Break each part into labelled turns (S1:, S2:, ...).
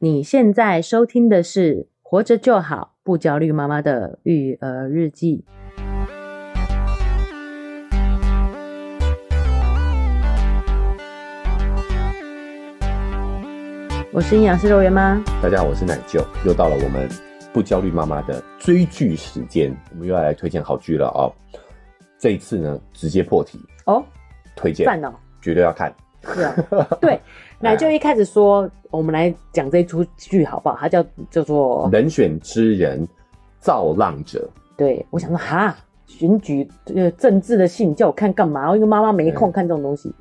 S1: 你现在收听的是《活着就好，不焦虑妈妈的育儿日记》。我是营养师肉圆妈，
S2: 大家好，我是奶舅，又到了我们不焦虑妈妈的追剧时间，我们又要来推荐好剧了哦。这一次呢，直接破题
S1: 哦，
S2: 推荐，
S1: 赞哦，
S2: 绝对要看。
S1: 是哦，对，奶舅一开始说，我们来讲这一出剧好不好？它叫叫做
S2: 人选之人，造浪者，
S1: 对，我想说哈，选举呃政治的戏，你叫我看干嘛？因为妈妈没空
S2: 嗯
S1: 看这种东西
S2: 嗯。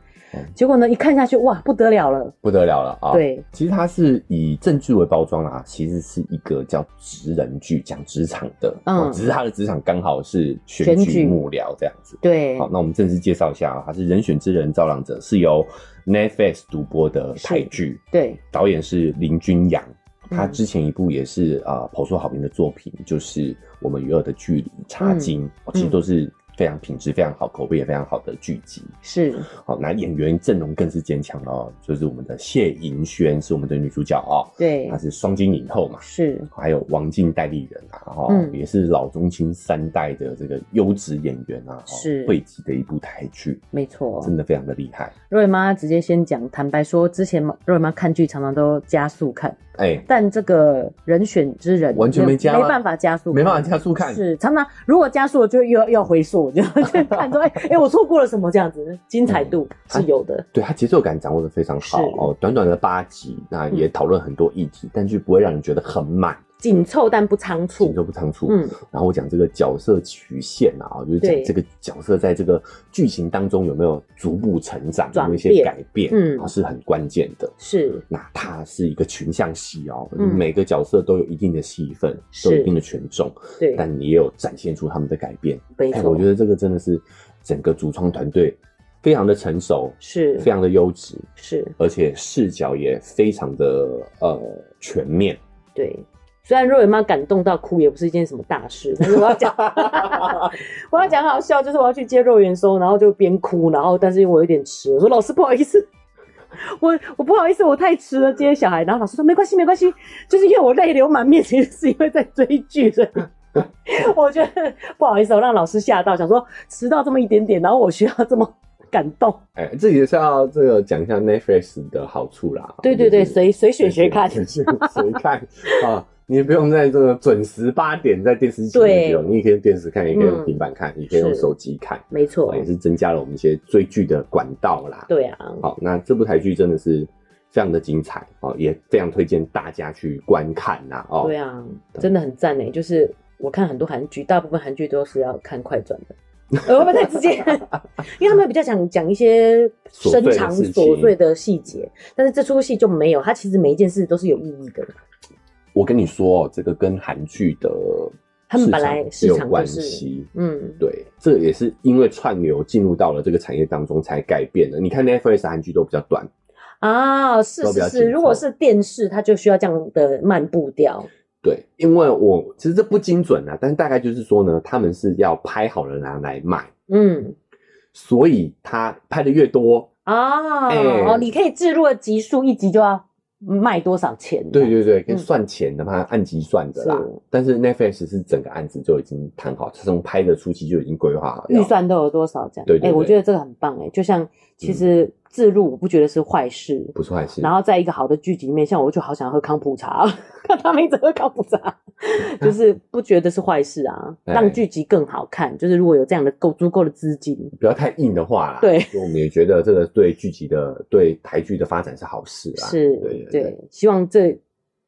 S1: 结果呢，一看下去，哇，不得了了，
S2: 不得了了啊、，
S1: 对，
S2: 其实它是以政治为包装啦，其实是一个叫职人剧，讲职场的，
S1: 嗯
S2: 哦只是他的职场刚好是选
S1: 选举
S2: 举幕僚这样子。
S1: 对
S2: 好，，那我们正式介绍一下啊，它是《人选之人造浪者》，是由 Netflix 独播的台剧，
S1: 对，
S2: 导演是林君阳，
S1: 嗯
S2: 他之前一部也是啊颇受好评的作品，就是《我们与恶的距离》《茶
S1: 嗯
S2: 经》哦其实都是非常品质非常好、口碑也非常好的剧集。
S1: 是，
S2: 好，那演员阵容更是坚强哦，就是我们的谢盈萱是我们的女主角哦，
S1: 对
S2: 她，是双金影后嘛。
S1: 是，
S2: 还有王静代理人啊，哈、
S1: 嗯
S2: 也是老中青三代的这个优质演员啊，齁
S1: 是
S2: 汇集的一部台剧，
S1: 没错。
S2: 真的非常的厉害。
S1: 瑞妈直接先讲，坦白说，之前瑞妈看剧常常都加速看，
S2: 哎、
S1: 但这个人选之人
S2: 完全没加啊
S1: 没办法加速，
S2: 没办法加速看
S1: 是常常如果加速了就又要要回溯，我就 就看说，哎、哎、我错过了什么这样子，精彩
S2: 嗯
S1: 度
S2: 哎
S1: 是有的，
S2: 对它节奏感掌握的非常好
S1: 是嗯
S2: 哦，短短的八集，那也讨论很多议题，但是不会让人觉得很满，
S1: 紧凑但不仓促
S2: 紧，凑不仓促。
S1: 嗯，
S2: 然后我讲这个角色曲线啊，就是
S1: 对
S2: 讲这个角色在这个剧情当中有没有逐步成长，有
S1: 转
S2: 没有一
S1: 变
S2: 些改变，
S1: 嗯
S2: 啊是很关键的。
S1: 是
S2: 那它是一个群像戏哦，
S1: 嗯
S2: 每个角色都有一定的戏份，
S1: 是
S2: 都有一定的权重，
S1: 对，
S2: 但也有展现出他们的改变。
S1: 没
S2: 哎，
S1: 错，
S2: 我觉得这个真的是整个主创团队非常的成熟，
S1: 是
S2: 非常的优质，
S1: 是，
S2: 而且视角也非常的呃全面。
S1: 对。虽然若雨妈感动到哭也不是一件什么大事，但是我要 讲，我要讲好笑，就是我要去接肉圆收，然后就边哭，然后但是我有点迟，我说老师不好意思， 我我不好意思，我太迟了接小孩，然后老师说没关系没关系，就是因为我泪流满面， 其实是因为在追剧，所以我觉得不好意思，我让老师吓到，想说迟到这么一点点，然后我需要这么感动，
S2: 哎、这也是要这个讲一下 Netflix 的好处啦。
S1: 对对对，
S2: 就是
S1: 随随选随看，
S2: 随选随看 啊。你不用在这个准时八点在电视机
S1: 对
S2: 里有，你也可以用电视看，也可以
S1: 嗯
S2: 用平板看，也可以用
S1: 是
S2: 手机看，
S1: 没错
S2: 哦，也是增加了我们一些追剧的管道啦。
S1: 对啊，
S2: 好，那这部台剧真的是非常的精彩哦，也非常推荐大家去观看呐、哦。
S1: 对啊，真的很赞呢。就是我看很多韩剧，大部分韩剧都是要看快 转的。呃，我们太直接， 因为他们比较想讲一些深藏
S2: 琐碎的事情
S1: 琐碎的细节，但是这出戏就没有。它其实每一件事都是有意义的，
S2: 我跟你说哦，这个跟韩剧的
S1: 他们本来市
S2: 有
S1: 场
S2: 关
S1: 就是
S2: 系。
S1: 嗯，
S2: 对，这也是因为串流进入到了这个产业当中才改变的。你看 Netflix 韩剧都比较短，
S1: 啊，是
S2: 都比
S1: 是
S2: 较紧
S1: 是，
S2: 凑
S1: 如果是电视，它就需要这样的慢步调，
S2: 对，因为我其实这不精准啊，但大概就是说呢，他们是要拍好了拿来卖，
S1: 嗯
S2: 所以他拍的越多，
S1: 啊，
S2: 哎
S1: 哦，你可以置入的集数一集就要卖多少钱？
S2: 对对对，跟
S1: 嗯
S2: 算钱的嘛，按集算的啦
S1: 是。
S2: 但是 Netflix 是整个案子就已经谈好，他从拍的初期就已经规划好要
S1: 预算都有多少这样。
S2: 对对嗯
S1: 哎、我
S2: 对
S1: 觉得这个很棒哎、就像其实自入我不觉得是坏事。
S2: 不是坏事。
S1: 然后在一个好的剧集里面，像我就好想喝康普茶， 看他们一直喝康普 茶，就是不觉得是坏事啊，
S2: 哎
S1: 让剧集更好看。就是如果有这样的够足够的资金，
S2: 不要太硬的话啦，
S1: 对
S2: 所以我们也觉得这个对剧集的、对台剧的发展是好事啦。
S1: 是
S2: 啊对对对
S1: 希望这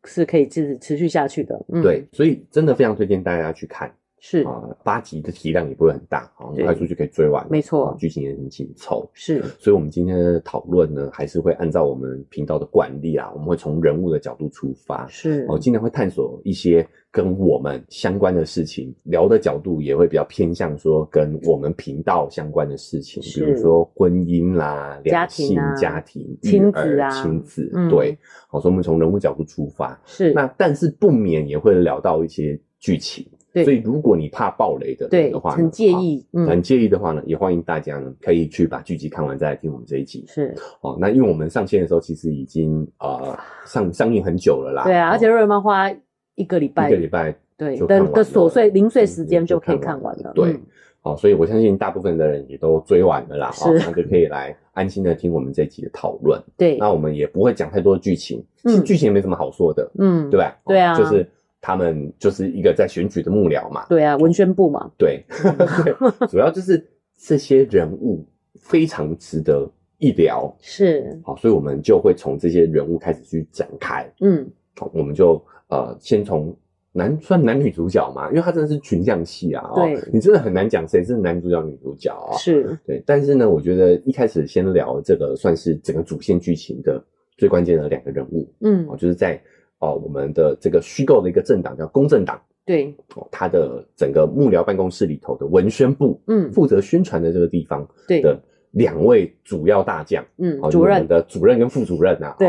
S1: 是可以持持续下去的。嗯、
S2: 对，所以真的非常推荐大家去看
S1: 是
S2: 啊、八集的体量也不会很大啊，很
S1: 对
S2: 快速就可以追完了，
S1: 没错
S2: 啊剧情也很紧凑。
S1: 是，
S2: 所以，我们今天的讨论呢，还是会按照我们频道的惯例啊，我们会从人物的角度出发，
S1: 是
S2: 我尽量哦会探索一些跟我们相关的事情，聊的角度也会比较偏向说跟我们频道相关的事情，比
S1: 是
S2: 如说婚姻啦、
S1: 家
S2: 两性
S1: 庭啊、
S2: 家庭、
S1: 亲
S2: 育
S1: 子
S2: 儿
S1: 啊
S2: 亲子，
S1: 嗯
S2: 对。好，所以我们从人物角度出发，
S1: 是，
S2: 那但是不免也会聊到一些剧情，
S1: 对
S2: 所以如果你怕暴雷的人
S1: 对
S2: 的话，
S1: 很介。意，
S2: 很
S1: 嗯，
S2: 介意的话呢，也欢迎大家呢可以去把剧集看完再来听我们这一集
S1: 是
S2: 哦。那因为我们上线的时候其实已经呃上上映很久了啦，
S1: 对啊，而且
S2: 哦
S1: 瑞妈花一个礼拜
S2: 一个，礼拜
S1: 对
S2: 就
S1: 的
S2: 看完
S1: 的
S2: 了
S1: 琐碎零碎时
S2: 嗯
S1: 间就可以
S2: 看
S1: 看完了，
S2: 对
S1: 嗯，
S2: 好、所以我相信大部分的人也都追完了啦，哦
S1: 是，
S2: 那就可以来安心的听我们这一集的讨论。
S1: 对，
S2: 那我们也不会讲太多的剧情，
S1: 嗯
S2: 其实剧情也没什么好说的，
S1: 嗯，
S2: 对吧？哦
S1: 对啊
S2: 就是他们就是一个在选举的幕僚嘛，
S1: 对啊，文宣部嘛，
S2: 对，对主要就是这些人物非常值得一聊。
S1: 是，
S2: 好，所以我们就会从这些人物开始去展开。
S1: 嗯，
S2: 好，我们就呃先从男算男女主角嘛，因为他真的是群像戏啊、哦，
S1: 对
S2: 你真的很难讲谁是男主角女主角啊、
S1: 是
S2: 对，但是呢，我觉得一开始先聊这个算是整个主线剧情的最关键的两个人物哦，
S1: 嗯，
S2: 就是在哦、我们的这个虚构的一个政党叫公正党
S1: 对，
S2: 哦，它的整个幕僚办公室里头的文宣部
S1: 嗯，
S2: 负责宣传的这个地方
S1: 对，
S2: 的两位主要大将
S1: 嗯，
S2: 哦，
S1: 主
S2: 就是我
S1: 任
S2: 们，的主任跟副主任呐、啊，哦
S1: 对，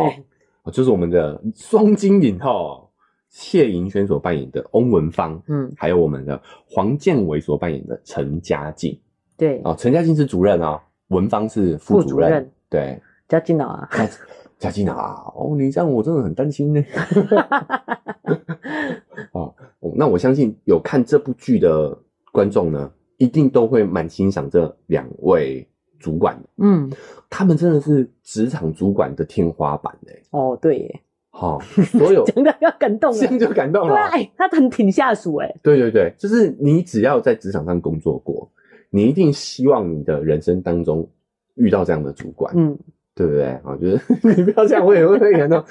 S2: 哦，就是我们的双金影后谢盈萱所扮演的翁文芳，
S1: 嗯，
S2: 还有我们的黄建伟所扮演的陈嘉静。
S1: 对，
S2: 哦，陈嘉静是主任啊、文芳是副
S1: 副
S2: 主
S1: 主
S2: 任。
S1: 任
S2: 对，
S1: 加进脑啊，
S2: 嘉嘉静啊，哦，你这样我真的很担心呢。哦，哦那我相信有看这部剧的观众呢，一定都会蛮欣赏这两位主管的，
S1: 嗯，
S2: 他们真的是职场主管的天花板嘞、
S1: 哦，对耶，
S2: 好、所有
S1: 真的要感动
S2: 这样
S1: 了，
S2: 就感动
S1: 对
S2: 了
S1: 啊，。哎，他很挺下属，哎，
S2: 对对对，就是你只要在职场上工作过，你一定希望你的人生当中遇到这样的主管，
S1: 嗯，
S2: 对不对？啊，就是 你不要这样，我也会被感 动。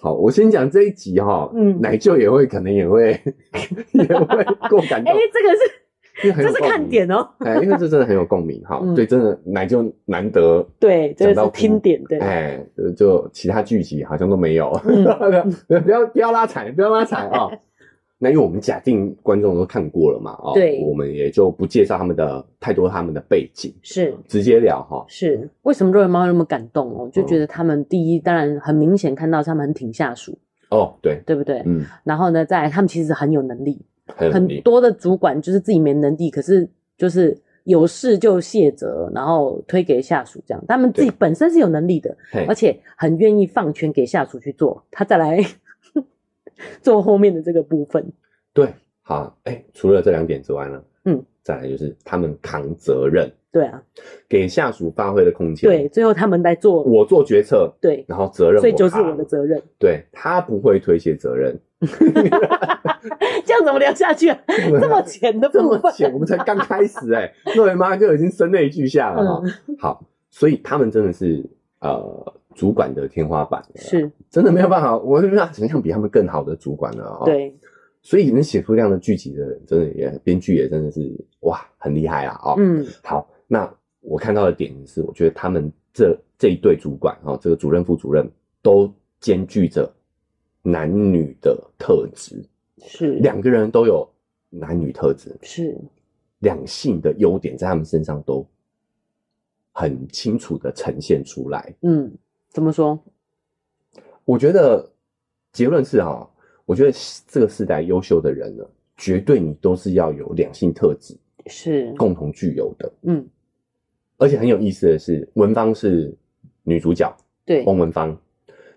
S2: 好，我先讲这一集哈、
S1: 嗯
S2: 奶舅也会可能也会 也会够感
S1: 哎
S2: 动，，
S1: 这个是
S2: 因 为很有
S1: 这是
S2: 共鸣
S1: 看，点哦，
S2: 哎，因为这真的很有共鸣哈。
S1: 嗯
S2: 对，真的奶舅难得。
S1: 对，这
S2: 讲
S1: 个
S2: 到
S1: 是听点，对，
S2: 哎，呃就其他剧集好像都没有，
S1: 嗯
S2: 不要不要拉踩，不要拉踩 啊、哦那因为我们假定观众都看过了嘛，哦，
S1: 对
S2: 我们也就不介绍他们的太多他们的背景，
S1: 是。
S2: 直接聊哈、
S1: 是为什么肉圆猫会那么感动哦？
S2: 嗯
S1: 就觉得他们第一，当然很明显看到他们很挺下属，
S2: 哦，对，
S1: 对不对？
S2: 嗯，
S1: 然后呢，再来他们其实很有能力，
S2: 很有
S1: 很
S2: 能力
S1: 多的主管就是自己没能力，可是就是有事就卸责，然后推给下属这样。他们自己
S2: 对
S1: 本身是有能力的，
S2: 嘿
S1: 而且很愿意放权给下属去做，他再来 做后面的这个部分。
S2: 对，好，哎，除了这两点之外呢，
S1: 嗯，
S2: 再来就是他们扛责任，
S1: 对啊，
S2: 给下属发挥的空间，
S1: 对，，最后他们来做，
S2: 我做决策，
S1: 对，
S2: 然后责任
S1: 所以就是
S2: 扛
S1: 我的，责任。
S2: 对他不会推卸责任，
S1: 这样怎么聊下去啊？这么浅的
S2: 这
S1: 部
S2: 么
S1: 分，
S2: 浅，我们才刚开始 哎、欸，诺言妈就已经声泪俱下
S1: 嗯
S2: 了哈、好，所以他们真的是呃主管的天花板了啦，
S1: 是
S2: 真的没有办法，我就没办法想象比他们更好的主管了啊、哦。，
S1: 对，
S2: 所以能写出这样的剧集的人，真的也编剧也真的是哇，很厉害啦哦。
S1: 嗯，
S2: 好，那我看到的点是，我觉得他们这这一对主管哦，这个主任副主任都兼具着男女的特质，
S1: 是
S2: 两个人都有男女特质，
S1: 是，
S2: 两性的优点在他们身上都很清楚的呈现出来。
S1: 嗯，怎么说？
S2: 我觉得结论是哈、我觉得这个时代优秀的人呢，绝对你都是要有两性特质
S1: 是，
S2: 共同具有的。
S1: 嗯，
S2: 而且很有意思的是，文芳是女主角
S1: 对，
S2: 翁文芳，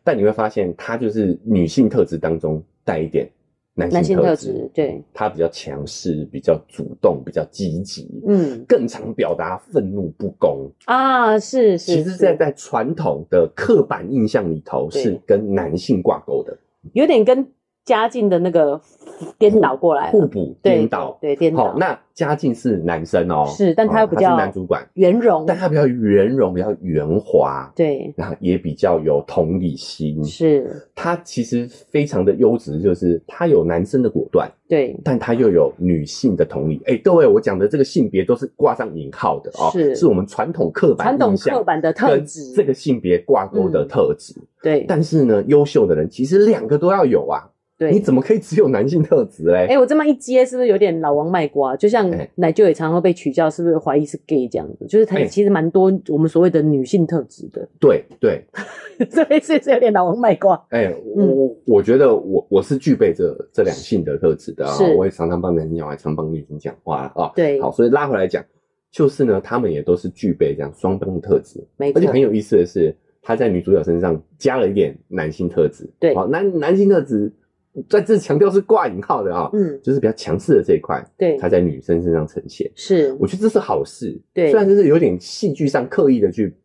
S2: 但你会发现她就是女性特质当中带一点男
S1: 男
S2: 性
S1: 性
S2: 特
S1: 特
S2: 质
S1: 质，，对，
S2: 她比较强势，比较主动，比较积极，
S1: 嗯
S2: 更常表达愤怒不公。
S1: 啊，是是，
S2: 其实在，
S1: 是
S2: 在传统的刻板印象里头
S1: 对
S2: 是跟男性挂钩的，
S1: 有点跟家境的那个颠倒过来
S2: 互
S1: 了，
S2: 补
S1: 对
S2: 颠倒。
S1: 对颠
S2: 好
S1: 倒，，
S2: 那嘉靖是男生哦，
S1: 是但他
S2: 哦
S1: 比较
S2: 是男主管，
S1: 圆融，
S2: 但他比较圆融，比较圆滑，
S1: 对，
S2: 然后也比较有同理心。
S1: 是，
S2: 他其实非常的优质，就是他有男生的果断，
S1: 对，
S2: 但他又有女性的同理。哎，各位，我讲的这个性别都是挂上引号的哦，
S1: 是
S2: 我们传统刻板
S1: 传统
S2: 印象
S1: 刻板的特
S2: 跟
S1: 质，嗯
S2: 这个性别挂钩的特质。
S1: 对
S2: 但是呢，优秀的人其实两个都要有啊，你
S1: 对。
S2: 怎么可以只有男性特质嘞？
S1: 哎、我这么一接，是不是有点老王卖瓜？就像
S2: 哎
S1: 奶舅也常常会被取笑，是不是怀疑是 gay 这样子？就是他
S2: 哎
S1: 其实蛮多我们所谓的女性特质的，
S2: 对对，
S1: 所以是不是有点老王卖瓜？
S2: 哎、我
S1: 嗯
S2: 我我觉得我我是具备这这两性的特质的啊
S1: 是，
S2: 我也常常帮男性讲话，也常帮女性讲话啊。
S1: 对，
S2: 好，所以拉回来讲，就是呢，他们也都是具备这样双方的特质，
S1: 没
S2: 而
S1: 错
S2: 且，很有意思的是，他在女主角身上加了一点男性特质。
S1: 对
S2: 好，男男性特质在这强调是挂引号的啊、
S1: 嗯，
S2: 就是比较强势的这一块，
S1: 对，
S2: 他在女生身上呈现。
S1: 是，
S2: 我觉得这是好事，
S1: 对
S2: 虽然这是有点戏剧上刻意的去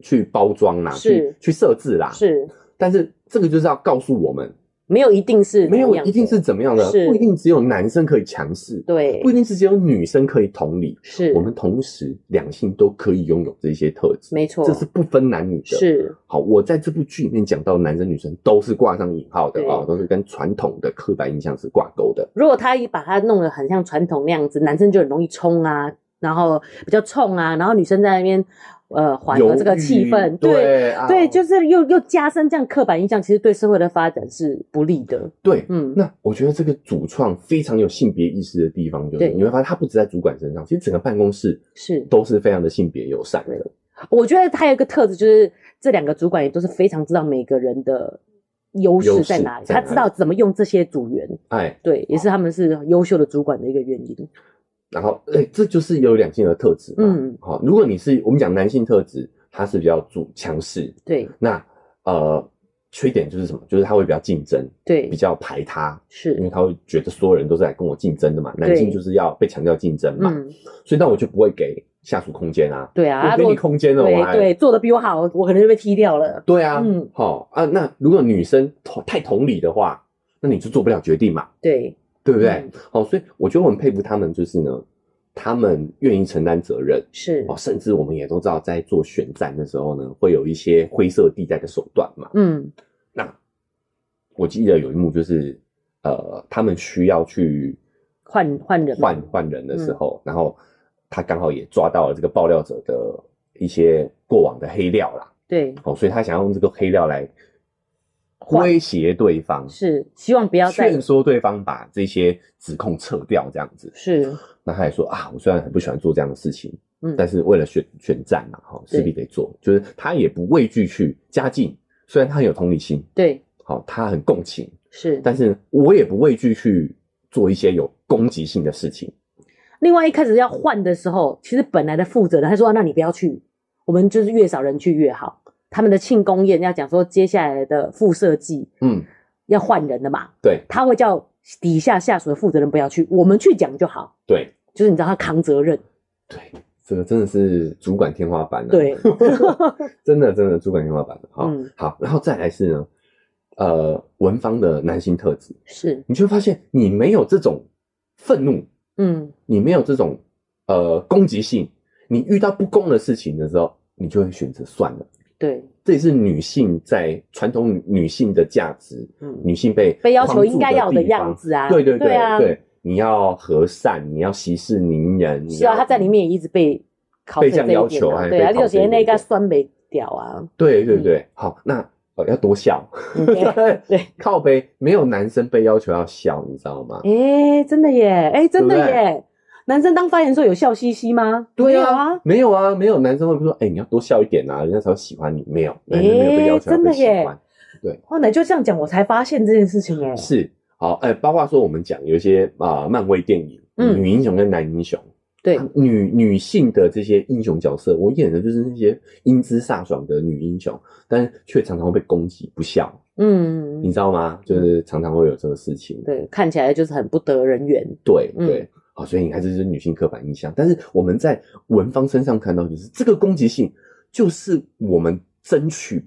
S2: 去包装啦，
S1: 是
S2: 去去设置啦，
S1: 是
S2: 但是这个就是要告诉我们，
S1: 没有一定是
S2: 没
S1: 怎么
S2: 有
S1: 样
S2: 一定
S1: 的
S2: 是怎么样的，
S1: 是
S2: 不一定只有男生可以强势，
S1: 对
S2: 不，一定是只有女生可以同理，
S1: 是
S2: 我们同时两性都可以拥有这些特质，
S1: 没错，
S2: 这是不分男女的。
S1: 是
S2: 好，我在这部剧里面讲到男生女生都是挂上引号的
S1: 对
S2: 啊、都是跟传统的刻板印象是挂钩的。
S1: 如果他一把它弄得很像传统那样子，男生就很容易冲啊，然后比较冲啊，然后女生在那边呃缓
S2: 犹
S1: 和这个气
S2: 豫
S1: 氛，对
S2: 对啊
S1: 对，就是又又加深这样刻板印象，其实对社会的发展是不利的。
S2: 对。
S1: 嗯，
S2: 那我觉得这个主创非常有性别意识的地方，就是
S1: 对
S2: 你会发现他不止在主管身上，其实整个办公室
S1: 是，
S2: 都是非常的性别友善的。
S1: 我觉得他有一个特质就是这两个主管也都是非常知道每个人的。优势
S2: 优
S1: 在
S2: 势
S1: 哪里？
S2: 在
S1: 他
S2: 哪
S1: 知道怎么用这些组员，
S2: 哎，
S1: 对，也是他们是优秀的主管的一个原因。
S2: 然后哎，这就是有两性的特质嘛。
S1: 嗯，
S2: 好，如果你是我们讲男性特质，他是比较主强势，
S1: 对
S2: 那呃，缺点就是什么？就是他会比较竞争，
S1: 对
S2: 比，较排他，因为
S1: 是，
S2: 他会觉得所有人都是来跟我竞争的嘛。男性就是要被强调竞争嘛，
S1: 嗯，
S2: 所以那我就不会给下属空间啊。
S1: 对啊，
S2: 我给
S1: 如
S2: 你
S1: 果
S2: 空间了，我
S1: 对
S2: 还
S1: 对，做的比我好，我可能就被踢掉了。
S2: 对啊，
S1: 嗯
S2: 嗯，好、啊。那如果女生同太同理的话，那你就做不了决定嘛，
S1: 对，
S2: 对不对？
S1: 嗯
S2: 好、所以我觉得我很佩服他们，就是呢，他们愿意承担责任。
S1: 是
S2: 哦，，甚至我们也都知道，在做选战的时候呢，会有一些灰色地带的手段嘛。
S1: 嗯，
S2: 那我记得有一幕就是，呃，他们需要去
S1: 换换人嘛
S2: 换换人的时候，然后他刚好也抓到了这个爆料者的一些过往的黑料啦，
S1: 对，
S2: 哦，所以他想要用这个黑料来
S1: 换
S2: 威胁对方，
S1: 是希望不要再
S2: 劝说对方把这些指控撤掉，这样子。
S1: 是，
S2: 那他也说啊，我虽然很不喜欢做这样的事情，
S1: 嗯
S2: 但是为了选选战嘛，哈、势必得做。就是他也不畏惧去加进，虽然他很有同理心，
S1: 对，
S2: 好、他很共情，
S1: 是。
S2: 但是我也不畏惧去做一些有攻击性的事情。
S1: 另外一开始要换的时候，其实本来的负责人他说、啊那你不要去，我们就是越少人去越好。”他们的庆功宴要讲说接下来的副设计
S2: 嗯，
S1: 要换人的嘛，
S2: 对
S1: 他会叫底下下属的负责人不要去，我们去讲就好。
S2: 对
S1: 就是你知道他扛责任，
S2: 对，这个真的是主管天花板、啊。
S1: 对，
S2: 真的真的主管天花板、啊。好、
S1: 嗯
S2: 好，然后再来是呢，呃，文芳的男性特质，
S1: 是，
S2: 你就会发现你没有这种愤怒，
S1: 嗯，
S2: 你没有这种呃攻击性，你遇到不公的事情的时候，你就会选择算了。
S1: 对，
S2: 这也是女性在传统女性的价值，
S1: 嗯，
S2: 女性被
S1: 被要求应该要
S2: 框
S1: 的
S2: 住的地方
S1: 样。子啊，
S2: 对对对
S1: 对啊，
S2: 对你要和善，你要息事宁人。
S1: 是啊，
S2: 你要
S1: 他在里。面也一直被拷贝
S2: 嗯被这样要求还
S1: 对啊，
S2: 被
S1: 你有
S2: 拷贝这一
S1: 些
S2: 点
S1: 那个酸没掉啊，
S2: 对对对，好，那呃要多笑。
S1: 嗯对 对，
S2: 靠背没有男生被要求要笑，你知道吗？
S1: 哎，真的耶，哎，真的
S2: 对不对
S1: 耶，男生当发言的时候有笑嘻嘻吗？
S2: 对
S1: 没有
S2: 啊，没有啊，没有男生会说，哎、你要多笑一点啊，人家才会喜欢你。没有，男生没有被要求要
S1: 真的
S2: 被喜
S1: 耶
S2: 欢。
S1: 后来就这样讲，我才发现这件事情哎，
S2: 是，好，哎、包括说我们讲有一些啊、呃漫威电影，
S1: 嗯
S2: 女英雄跟男英雄，
S1: 对，
S2: 女女性的这些英雄角色，我演的就是那些英姿飒爽的女英雄，但是却常常会被攻击不笑，你
S1: 嗯，
S2: 知道吗？就是常常会有这个事情。
S1: 对，看起来就是很不得人缘，
S2: 对
S1: 嗯
S2: 对，好、所以你看这就是女性刻板印象，但是我们在文芳身上看到，就是这个攻击性，就是我们争取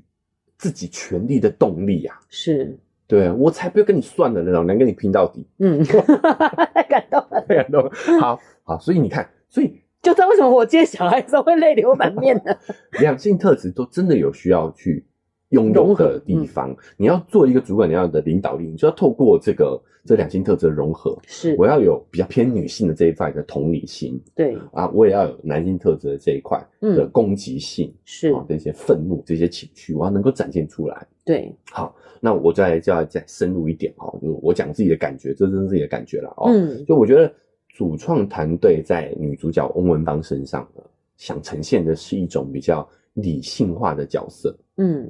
S2: 自己权利的动力啊。
S1: 是
S2: 对我才不要跟你算了呢，老娘跟你拼到底。
S1: 嗯， 感动了，
S2: 对啊，懂好好，所以你看，所以
S1: 就知道为什么我接小孩总会泪流满面的。
S2: 两性特质都真的有需要去拥有的地方。你要做一个主管，你要有的领导力，你就要透过这个这两性特质的融合。
S1: 是
S2: 我要有比较偏女性的这一块的同理心
S1: 对，
S2: 啊，我也要有男性特质的这一块的
S1: 嗯，
S2: 攻击性
S1: 是
S2: 啊，这些愤怒、这些情绪，我要能够展现出来。
S1: 对，
S2: 好，那我再就要再深入一点哈，就我讲自己的感觉，这真是自己的感觉了哦。
S1: 嗯，
S2: 就我觉得主创团队在女主角翁文芳身上呢，想呈现的是一种比较理性化的角色。
S1: 嗯，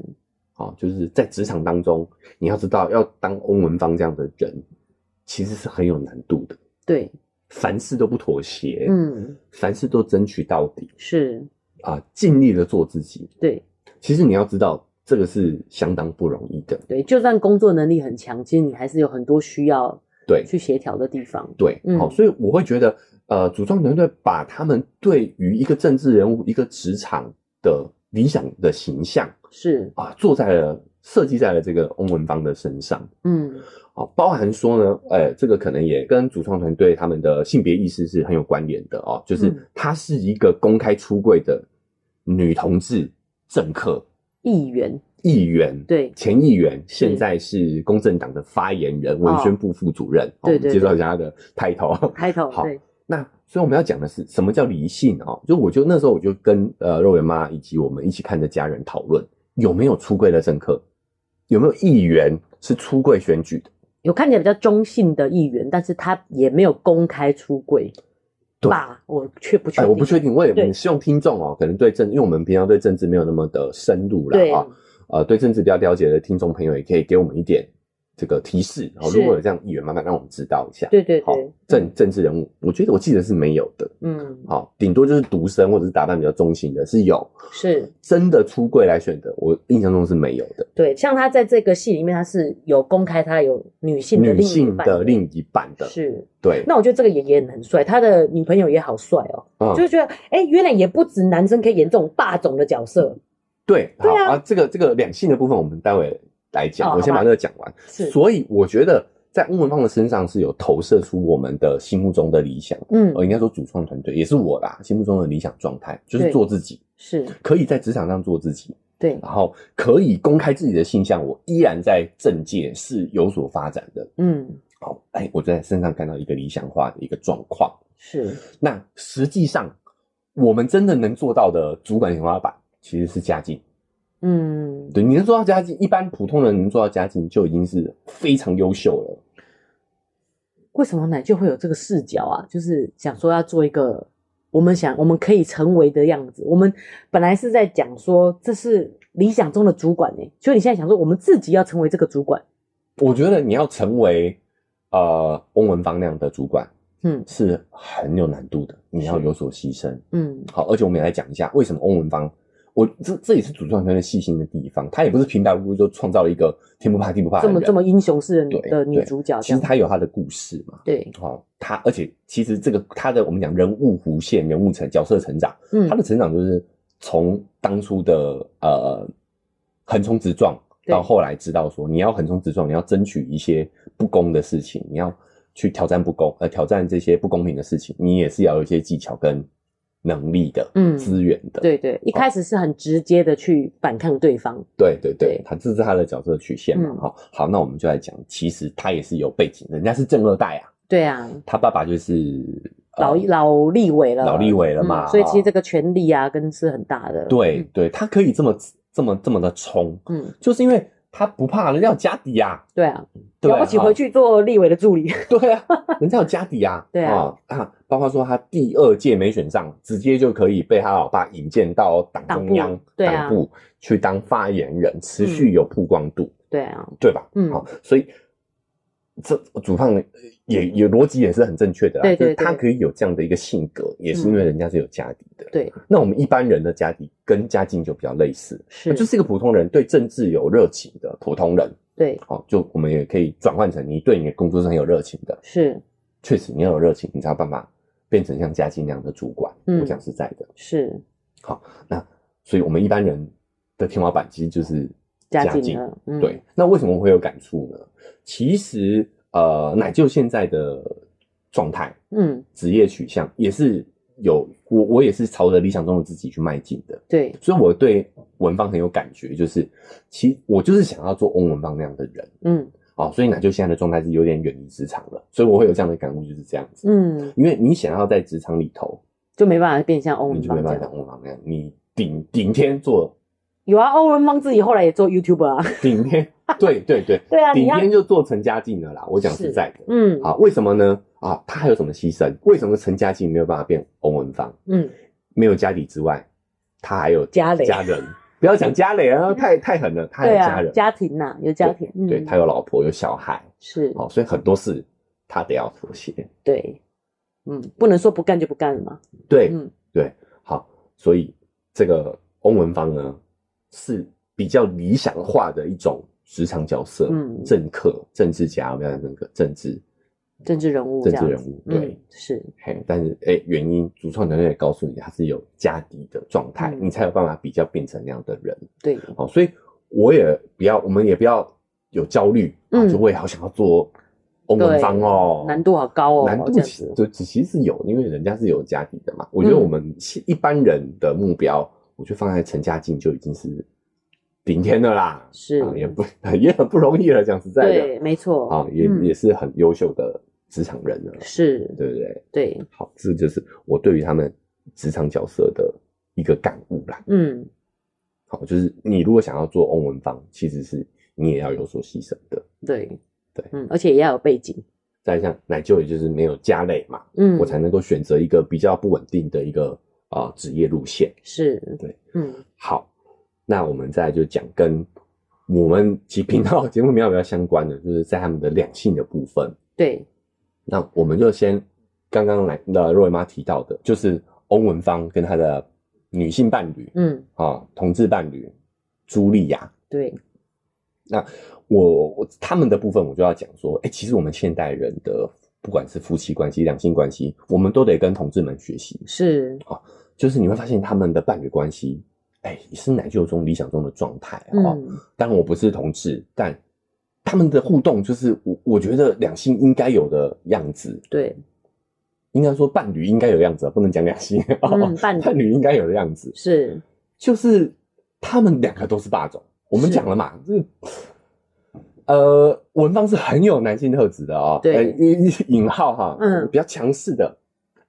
S2: 哦，就是在职场当中，你要知道，要当翁文芳这样的人，其实是很有难度的。
S1: 对，
S2: 凡事都不妥协，，
S1: 嗯，
S2: 凡事都争取到底
S1: 是，
S2: 啊，尽力的做自己。
S1: 对
S2: 其实你要知道，这个是相当不容易的。
S1: 对，就算工作能力很强，其实你还是有很多需要
S2: 对，
S1: 去协调的地方。
S2: 对，
S1: 嗯
S2: 好、所以我会觉得，呃，主创团队把他们对于一个政治人物、一个职场的理想的形象
S1: 是，
S2: 啊，做在了设计在了这个翁文芳的身上
S1: 嗯，
S2: 啊，包含说呢，呃，这个可能也跟主创团队他们的性别意识是很有关联的哦，就是
S1: 嗯
S2: 她是一个公开出柜的女同志政客
S1: 议员，
S2: 议员。
S1: 对，
S2: 前议员现
S1: 是
S2: 在是公正党的发言人，文
S1: 嗯哦
S2: 宣部副主任。哦
S1: 对
S2: 我们
S1: 对
S2: 介
S1: 对
S2: 绍一下他的 title。
S1: 开头，
S2: 好
S1: 对，
S2: 那所以我们要讲的是什么叫理性哦？就我就那时候我就跟呃肉圆妈以及我们一起看的家人讨论，有没有出柜的政客，有没有议员是出柜选举的？
S1: 有看起来比较中性的议员，但是他也没有公开出柜
S2: 对
S1: 吧？我却不确
S2: 哎，
S1: 定，
S2: 我不确定，我也
S1: 对
S2: 很希望听众哦，可能对政，因为我们平常对政治没有那么的深入
S1: 对
S2: 啦啊，呃，对政治比较了解的听众朋友也可以给我们一点这个提示哦。
S1: 是
S2: 如果有这样议员，慢慢让我们知道一下。
S1: 对对
S2: 好
S1: 对，，
S2: 政政治人物，我觉得我记得是没有的。
S1: 嗯，
S2: 好，顶多就是独生或者是打扮比较中性的是有，
S1: 是
S2: 真的出柜来选的，我印象中是没有的。
S1: 对，像他在这个戏里面，他是有公开他有女性的
S2: 女
S1: 另一
S2: 性
S1: 半
S2: 的另一半的，
S1: 是。
S2: 对，
S1: 那我觉得这个演员很帅，他的女朋友也好帅哦，
S2: 嗯
S1: 就是觉得哎，原来也不止男生可以演这种霸总的角色，
S2: 对，好
S1: 对啊
S2: 啊，这个这个两性的部分我们待会来
S1: 哦
S2: 讲，我先
S1: 好吧
S2: 把这个讲完。
S1: 是，
S2: 所以我觉得在翁文芳的身上是有投射出我们的心目中的理想，
S1: 嗯，
S2: 呃，应该说主创团队也是我啦，心目中的理想状态就是
S1: 对
S2: 做自己，
S1: 是
S2: 可以在职场上做自己，
S1: 对，
S2: 然后可以公开自己的性向，我依然在政界是有所发展的。
S1: 嗯，
S2: 好，哎，我在身上看到一个理想化的一个状况。
S1: 是
S2: 那实际上，我们真的能做到的主管天花板其实是家境。
S1: 嗯，
S2: 对，你能做到家境，一般普通人能做到家境就已经是非常优秀了。
S1: 为什么奶就会有这个视角啊？就是想说要做一个我们想我们可以成为的样子。我们本来是在讲说这是理想中的主管呢、所以你现在想说我们自己要成为这个主管，
S2: 我觉得你要成为呃翁文芳那样的主管
S1: 嗯
S2: 是很有难度的，你要有所牺牲。
S1: 嗯，
S2: 好，而且我们也来讲一下为什么翁文芳。我这这也是主创团队细心的地方，他也不是平白无故就创造了一个天不怕地不怕的
S1: 这么
S2: 人
S1: 这么英雄式的女
S2: 对
S1: 的女
S2: 对
S1: 主角这
S2: 其实
S1: 样，
S2: 他有他的故事嘛，
S1: 对，
S2: 哦，他而且其实这个他的我们讲人物弧线、人物成角色成长，
S1: 嗯
S2: 他，的成长就是从当初的呃横冲直撞，
S1: 对
S2: 到后来知道说你要横冲直撞，你要争取一些不公的事情，你要去挑战不公呃挑战这些不公平的事情，你也是要有一些技巧跟能力的，
S1: 嗯
S2: 资源的，哦
S1: 对对，一开始是很直接的去反抗对方，
S2: 对对
S1: 对
S2: 对，他这是他的角色曲线嘛，
S1: 嗯
S2: 哈、好，那我们就来讲，其实他也是有背景的，人家是正二代啊，
S1: 对啊，
S2: 他爸爸就是、呃
S1: 老老立委了，
S2: 老立委了嘛
S1: 嗯所以其实
S2: 哦
S1: 这嗯个权力啊，跟是很大的，
S2: 对对，他可以这么这么这么的冲，
S1: 嗯，嗯，
S2: 就是因为他不怕人家有家底呀、
S1: 对啊，
S2: 啊，对
S1: 了不起回
S2: 去，
S1: 去做立委的助理，
S2: 对啊，人家有家底呀、
S1: 对啊
S2: 啊，包括说他第二届没选上，直接就可以被他老爸引荐到党
S1: 党
S2: 中
S1: 部
S2: 央
S1: 对啊嗯
S2: 党部去当发言人，持续有曝光度，
S1: 对啊，
S2: 对吧？
S1: 嗯
S2: 好、所以。这主唱呃也也逻辑也是很正确的啦，
S1: 对
S2: 啊
S1: 对
S2: 就是他
S1: 对嗯
S2: 可以有这样的一个性格，也是因为人家是有家底的。
S1: 对，
S2: 那我们一般人的家底跟家境就比较类似，
S1: 是，
S2: 就是一个普通人，对政治有热情的普通人，
S1: 对，
S2: 哦，就我们也可以转换成你对你的工作是很有热情的，
S1: 是
S2: 确实你要有热情，你才有办法变成像嘉靖那样的主管。
S1: 嗯
S2: 我讲实在的，
S1: 是，
S2: 所以我们一般人的天花板其实就是
S1: 家
S2: 家
S1: 境
S2: 境
S1: 了，嗯，
S2: 对，那为什么会有感触呢？其实呃，奶舅现在的状态，
S1: 嗯，
S2: 职业取向也是有我我也是朝着理想中的自己去迈进的，
S1: 对，
S2: 所以我对文芳很有感觉，就是其我就是想要做翁文芳那样的人
S1: 嗯
S2: 啊、哦所以奶舅现在的状态是有点远离职场了，所以我会有这样的感悟，就是这样子。
S1: 嗯，
S2: 因为你想要在职场里头，
S1: 就没办法变像欧文
S2: 你就没
S1: 芳这
S2: 办法像
S1: 样。
S2: 翁文芳那样，你顶顶天做
S1: 有啊，欧文芳自己后来也做 YouTube 啊，
S2: 顶天， 对对 对，
S1: 对啊，你
S2: 顶
S1: 要，
S2: 天就做陈家境了啦。我讲实
S1: 是
S2: 在的，
S1: 嗯
S2: 啊，为什么呢？啊，他还有什么牺牲？为什么陈嘉靖没有办法变翁文芳？
S1: 嗯，
S2: 没有家底之外，他还有
S1: 家累
S2: 家人。不要讲家累啊，太太狠了，他还
S1: 对
S2: 有
S1: 啊
S2: 家，人，
S1: 家庭呐，有家庭，
S2: 对
S1: 嗯
S2: 他有老婆有小孩，
S1: 是，
S2: 哦，所以很多事他得要妥协。
S1: 对，嗯，不能说不干就不干了嘛，
S2: 对、
S1: 嗯，
S2: 对，好，所以这个翁文芳呢是比较理想化的一种职场角色，
S1: 嗯
S2: 政客、政治家，不要讲政客，政治
S1: 政治人物这
S2: 政
S1: 样
S2: 治
S1: 子，
S2: 人物，对。
S1: 嗯，是，
S2: 嘿，但是哎、原因主创团队也告诉你，他是有家底的状态，
S1: 嗯
S2: 你才有办法比较变成那样的人
S1: 对，
S2: 哦。所以我也不要，我们也不要有焦虑，啊，
S1: 嗯
S2: 就我也好想要做欧文
S1: 对
S2: 芳哦，
S1: 难度好高哦，
S2: 难
S1: 这
S2: 度
S1: 样
S2: 其
S1: 子，
S2: 对，其其实有，因为人家是有家底的嘛。我觉得
S1: 嗯
S2: 我们其一般人的目标，我觉得放在陈家境就已经是顶天的啦，
S1: 是
S2: 啊也不 也很不容易了，讲实在的
S1: 对，没错，
S2: 啊，也、
S1: 嗯
S2: 也是很优秀的职场人了，
S1: 是，
S2: 对不对？
S1: 对，
S2: 好，这就是我对于他们职场角色的一个感悟啦。
S1: 嗯，
S2: 好，就是你如果想要做欧文芳，其实是你也要有所牺牲的。
S1: 对，
S2: 对
S1: 嗯，而且也要有背景，
S2: 再像奶舅，也就是没有家累嘛，
S1: 嗯，
S2: 我才能够选择一个比较不稳定的一个啊职、业路线。
S1: 是，
S2: 对，
S1: 嗯，
S2: 好，那我们再来就讲跟我们其实频道节目比较比较相关的，就是在他们的两性的部分。
S1: 对，
S2: 那我们就先刚刚来的若维妈提到的，就是欧文芳跟她的女性伴侣，
S1: 嗯，
S2: 啊，同志伴侣茱莉亚，
S1: 对，
S2: 我我他们的部分我就要讲说，哎、其实我们现代人的不管是夫妻关系、两性关系，我们都得跟同志们学习。
S1: 是，
S2: 哦就是你会发现他们的伴侣关系，哎、也是奶舅中理想中的状态哦。
S1: 嗯，
S2: 当然我不是同志，但他们的互动就是我我觉得两性应该有的样子，
S1: 对，
S2: 应该说伴侣应该有的样子啊，不能讲两性、
S1: 嗯，伴侣
S2: 伴侣应该有的样子。
S1: 是，
S2: 就是他们两个都是霸总。我们
S1: 是
S2: 讲了嘛，就是呃，文芳是很有男性特质的哦，
S1: 对
S2: 呃引引号哈，
S1: 嗯
S2: 比较强势的。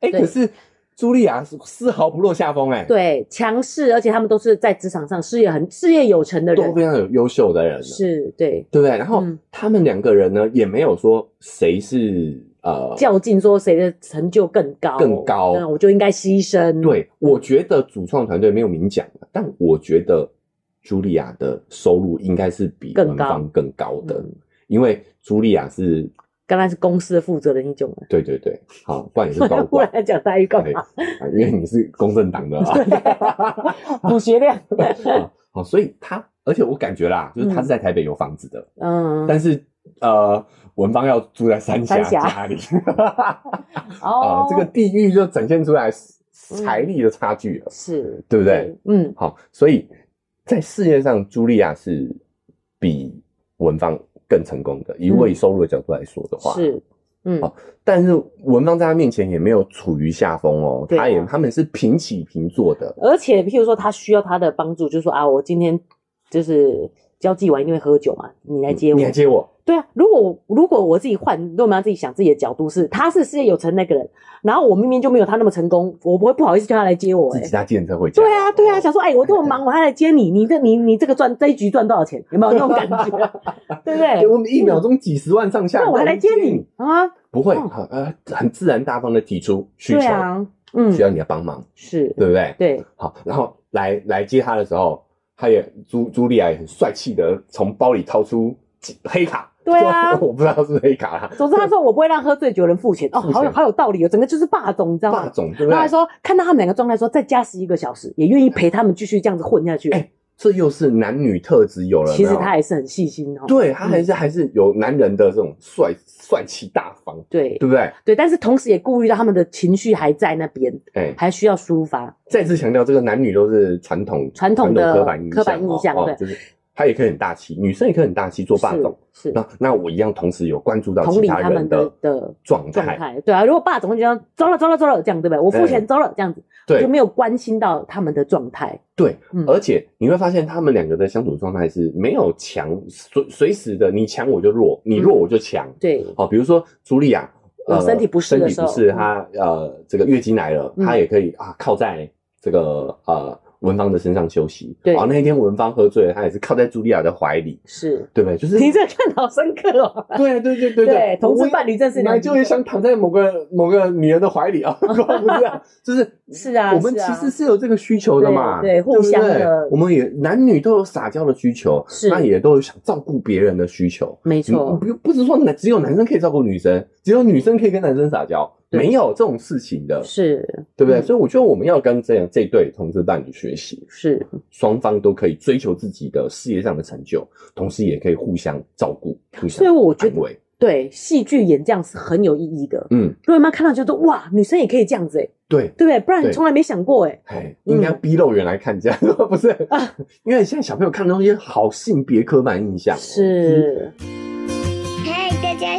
S2: 哎，
S1: 对
S2: 可是茱莉亚丝毫不落下风哎，，
S1: 对，强势，而且他们都是在职场上事业很事业有成的
S2: 都
S1: 人，
S2: 非常有优秀的人了，
S1: 是，对，
S2: 对不对？然后
S1: 嗯
S2: 他们两个人呢，也没有说谁是呃，
S1: 较劲说谁的成就更高，
S2: 更高
S1: 那我就应该牺牲，，
S2: 对，我觉得主创团队没有明讲的，但我觉得茱莉亚的收入应该是比
S1: 更
S2: 文
S1: 高
S2: 芳更高的，
S1: 嗯
S2: 因为茱莉亚是
S1: 刚才是公司的负责人一种啊，
S2: 对对对，好，不然 也是高
S1: 忽
S2: 管，
S1: 然讲大一干
S2: 对
S1: 嘛？
S2: 啊因为你是公正党的 啊。
S1: 补学量，
S2: 好，所以他，而且我感觉啦，就是他是在台北有房子的，
S1: 嗯，
S2: 但是呃，文芳要住在三峡
S1: 三峡哦
S2: 家里， 啊，这个地域就展现出
S1: 嗯
S2: 来财力的差距了，
S1: 是，
S2: 对不对？
S1: 对，嗯，
S2: 好，所以在事业上，茱莉亚是比文芳更成功的，以
S1: 嗯
S2: 未收入的角度来说的话，
S1: 是，嗯，
S2: 好但是文芳在他面前也没有处于下风哦，
S1: 对啊
S2: 他也他们是平起平坐的，
S1: 而且，譬如说他需要他的帮助，就说啊，我今天就是交际完一定会喝酒嘛，你来接我。
S2: 嗯你来接我，
S1: 对啊，如果我如果我自己换，如果我们要自己想自己的角度是，他是事业有成那个人，然后我明明就没有他那么成功，我不会不好意思叫他来接我、
S2: 自
S1: 欸，
S2: 己搭建车回家。
S1: 对啊，对啊，
S2: 哦
S1: 想说，哎、我这么忙，我还来接你，你这你你这个赚这一局赚多少钱，有没有那种感 觉？对不
S2: 给
S1: 对？
S2: 我们一秒钟几十万上下，
S1: 那我还来接你，啊？
S2: 不会，
S1: 嗯
S2: 很呃很自然大方的提出需
S1: 对
S2: 求，
S1: 啊，嗯
S2: 需，要你的帮忙，
S1: 是，
S2: 对不对？
S1: 对，
S2: 好，然后来来接他的时候，他也朱朱莉亚也很帅气的从包里掏出几黑卡，
S1: 对啊
S2: 我不知道是不是黑卡啦，
S1: 总之他说我不会让喝醉酒的人付钱，哦，
S2: 付钱
S1: 好有好有道理哦，整个就是霸总，你知道吗
S2: 霸？总对不
S1: 然后还
S2: 对？
S1: 说看到他们两个状态，说再加十一个小时，也愿意陪他们继续这样子混下去。
S2: 哎这又是男女特质有了没有，
S1: 其实他还是很细心哦。
S2: 对啊他还是、还是有男人的这种帅帅气大方，
S1: 对
S2: 对不对？
S1: 对，但是同时也顾虑到他们的情绪还在那边，
S2: 哎，
S1: 还需要抒发。
S2: 再次强调，这个男女都是传统
S1: 传统的
S2: 刻板印
S1: 刻
S2: 象，
S1: 板印象
S2: 哦哦
S1: 对
S2: 就是她也可以很大气，女生也可以很大气做霸总。
S1: 是是
S2: 那那我一样，同时有关注到
S1: 同
S2: 其
S1: 理
S2: 他
S1: 他
S2: 人
S1: 们的的
S2: 状
S1: 状
S2: 态，
S1: 态，对啊。如果霸总会觉得糟了糟了糟了这样，对不对？我付钱糟了这样子，
S2: 对
S1: 就没有关心到他们的状态。
S2: 对，
S1: 嗯
S2: 而且你会发现他们两个的相处状态是没有强，随随时的你强我就弱，你弱我就强。
S1: 对，
S2: 好、比如说茱莉亚，呃
S1: 有嗯哦身体不适
S2: 身
S1: 的
S2: 体
S1: 时
S2: 不
S1: 候
S2: 适，
S1: 嗯
S2: 她呃这个月经来了，
S1: 嗯
S2: 她也可以啊靠在这个呃文芳的身上休息。哦
S1: 对
S2: 好、那一天文芳喝醉了，她也是靠在茱莉亚的怀里，
S1: 是。
S2: 对不对？就是
S1: 你这看得好深刻哦。
S2: 对对对对
S1: 对同志伴侣正是
S2: 本来
S1: 两
S2: 就也想躺在某个某个女人的怀里啊， 不是啊，就是
S1: 是啊
S2: 我们
S1: 是
S2: 其
S1: 啊
S2: 实是有这个需求的嘛，
S1: 对对互相的
S2: 对不对我们也男女都有撒娇的需求，
S1: 是
S2: 那也都有想照顾别人的需求。
S1: 没
S2: 你
S1: 错，
S2: 不不是说男只有男生可以照顾女生，只有女生可以跟男生撒娇，
S1: 对
S2: 没有这种事情的，
S1: 是
S2: 对不对？
S1: 嗯
S2: 所以我觉得我们要跟这样这对同志伴侣学习，
S1: 是，
S2: 双方都可以追求自己的事业上的成就，同时也可以互相照顾、互
S1: 所
S2: 相
S1: 以我觉
S2: 安
S1: 得
S2: 慰。
S1: 对戏剧演这样是很有意义的。
S2: 嗯，
S1: 若妈看到觉得哇，女生也可以这样子哎、
S2: 对。
S1: 对不对？不然
S2: 对
S1: 从来没想过哎、
S2: 哎，
S1: 嗯
S2: 应该逼肉圆来 看这样，不是？
S1: 啊
S2: 因为现在小朋友看东西好性别刻板印象哦，
S1: 是，
S3: 嗨，大家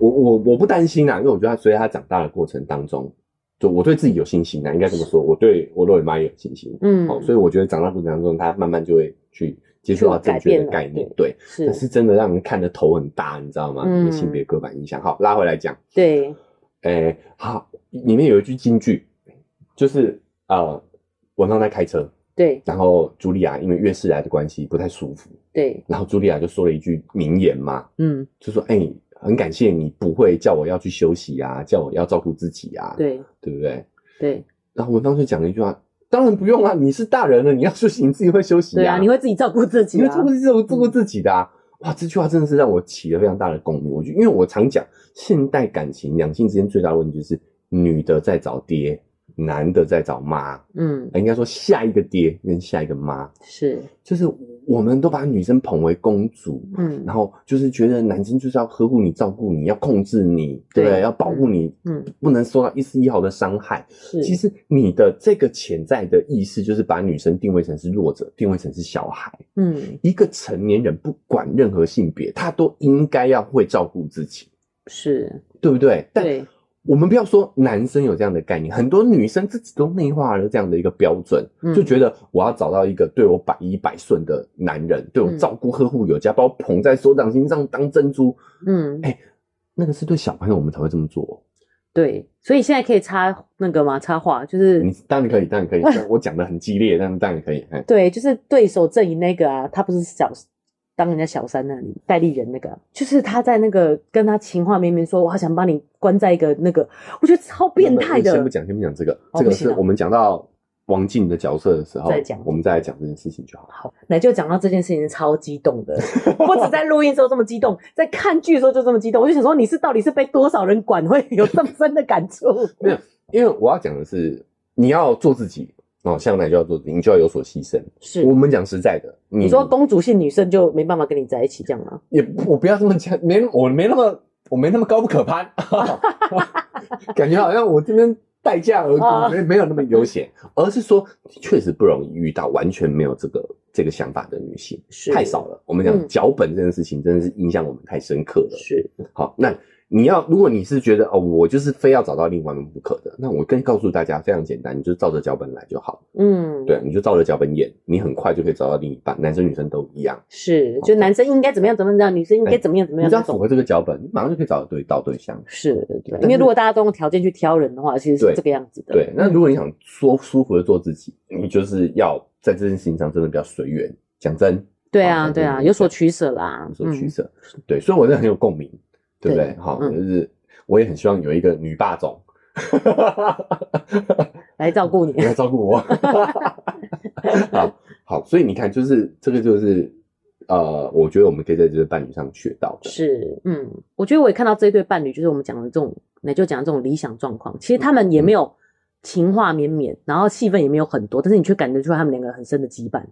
S2: 我我我不担心啦，因为我觉得他随着他长大的过程当中，就我对自己有信心啊啦，应该这么说，我对我肉圆妈也有信心。
S1: 嗯，
S2: 哦，所以我觉得长大过程当中，他慢慢就会去接触到正确的概念
S1: 去改变了，
S2: 对。但
S1: 是，
S2: 是真的让人看的头很大，你知道吗？
S1: 嗯
S2: 因为性别刻板印象。好，拉回来讲，
S1: 对，
S2: 哎，好，里面有一句金句，就是呃，文芳在开车，
S1: 对，
S2: 然后茱莉亚因为月事来的关系不太舒服，
S1: 对，
S2: 然后茱莉亚就说了一句名言嘛，
S1: 嗯，
S2: 就说：“哎、很感谢你不会叫我要去休息啊，叫我要照顾自己啊，
S1: 对，
S2: 对不对
S1: 对，？”
S2: 然后文芳就讲了一句话：“当然不用啊，你是大人了，你要休息你自己会休息
S1: 对啊，你会自己照顾自己
S2: 你会
S1: 啊
S2: 照顾，自己照顾照顾自己的、啊。哇，这句话真的是让我起了非常大的共鸣。我觉得，因为我常讲，现代感情两性之间最大的问题就是女的在找爹，男的在找妈，
S1: 嗯，
S2: 呃应该说下一个爹跟下一个妈。
S1: 是，
S2: 就是我们都把女生捧为公主，
S1: 嗯
S2: 然后就是觉得男生就是要呵护你、照顾你、要控制你，对不
S1: 对
S2: 对？要保护你，
S1: 嗯，
S2: 不能受到一丝一毫的伤害。
S1: 是，
S2: 其实你的这个潜在的意识，就是把女生定位成是弱者，定位成是小孩。
S1: 嗯，
S2: 一个成年人不管任何性别，他都应该要会照顾自己，
S1: 是，
S2: 对不对？但
S1: 对，
S2: 我们不要说男生有这样的概念，很多女生自己都内化了这样的一个标准，
S1: 嗯
S2: 就觉得我要找到一个对我百依百顺的男人，对
S1: 嗯
S2: 我照顾呵护有加，把我捧在手掌心上当珍珠。
S1: 嗯，
S2: 哎那个是对小朋友我们才会这么做。哦
S1: 对，所以现在可以插那个嘛，插话就是
S2: 你当然可以，当 然可以，但我讲的很激烈，但当然可以。哎，
S1: 对，就是对手阵营那个啊，他不是小当人家小三那里戴立人那个啊，就是他在那个跟他情话绵绵说，我好想把你关在一个那个，我觉得超变态的
S2: 先不。讲，先不讲这个，
S1: 哦
S2: 这
S1: 不
S2: 个
S1: 行
S2: 是
S1: 啊
S2: 我们讲到王静的角色的时候
S1: 再讲，
S2: 我们再来讲这件事情就好。
S1: 好，那就讲到这件事情是超激动的，不止在录音的时候这么激动，在看剧的时候就这么激动，我就想说你是到底是被多少人管会有这么深的感触？
S2: 没有，因为我要讲的是，你要做自己哦，像奶就要做自己，你就要有所牺牲。
S1: 是
S2: 我们讲实在的，你
S1: 你说公主性女生就没办法跟你在一起这样吗？
S2: 也不我不要这么讲，没我没那么我没那么高不 可攀，感觉好像我这边待价而
S1: 啊
S2: 沽，没没有那么悠闲，而是说确实不容易遇到完全没有这个这个想法的女性，
S1: 是
S2: 太少了。我们
S1: 嗯
S2: 讲脚本这件事情真的是影响我们太深刻了。
S1: 是，
S2: 好，那你要如果你是觉得哦，我就是非要找到另外一半不可的，那我跟告诉大家非常简单，你就照着脚本来就好，
S1: 嗯，
S2: 对，，你就照着脚本演，你很快就可以找到另一半，男生女生都一样。
S1: 是，就男生应该怎么样怎么样，女生应该怎么样怎么
S2: 哎你
S1: 样
S2: 只要
S1: 那
S2: 符
S1: 种。
S2: 合这个脚本，你马上就可以找到对到对象。
S1: 是，对，
S2: 但
S1: 因为
S2: 是
S1: 如果大家都用条件去挑人的话，其实是
S2: 对
S1: 这个样子的。
S2: 对，那如果你想说舒服的做自己，你就是要在这件事情上真的比较随缘。讲真，
S1: 对
S2: 好
S1: 啊，
S2: 对
S1: 对啊，
S2: 对对
S1: 有所取舍啦，
S2: 有所取
S1: 嗯
S2: 舍，对，所以我真的很有共鸣，对不对
S1: 对？
S2: 好，
S1: 嗯
S2: 就是我也很希望有一个女霸总，
S1: 来照顾你
S2: 你。要照顾我。好好，所以你看，就是这个就是呃，我觉得我们可以在这对伴侣上学到的。
S1: 是，嗯，我觉得我也看到这一对伴侣，就是我们讲的这种，那就讲这种理想状况。其实
S2: 嗯
S1: 他们也没有情话绵绵，然后戏份也没有很多，但是你却感觉出来他们两个很深的羁绊。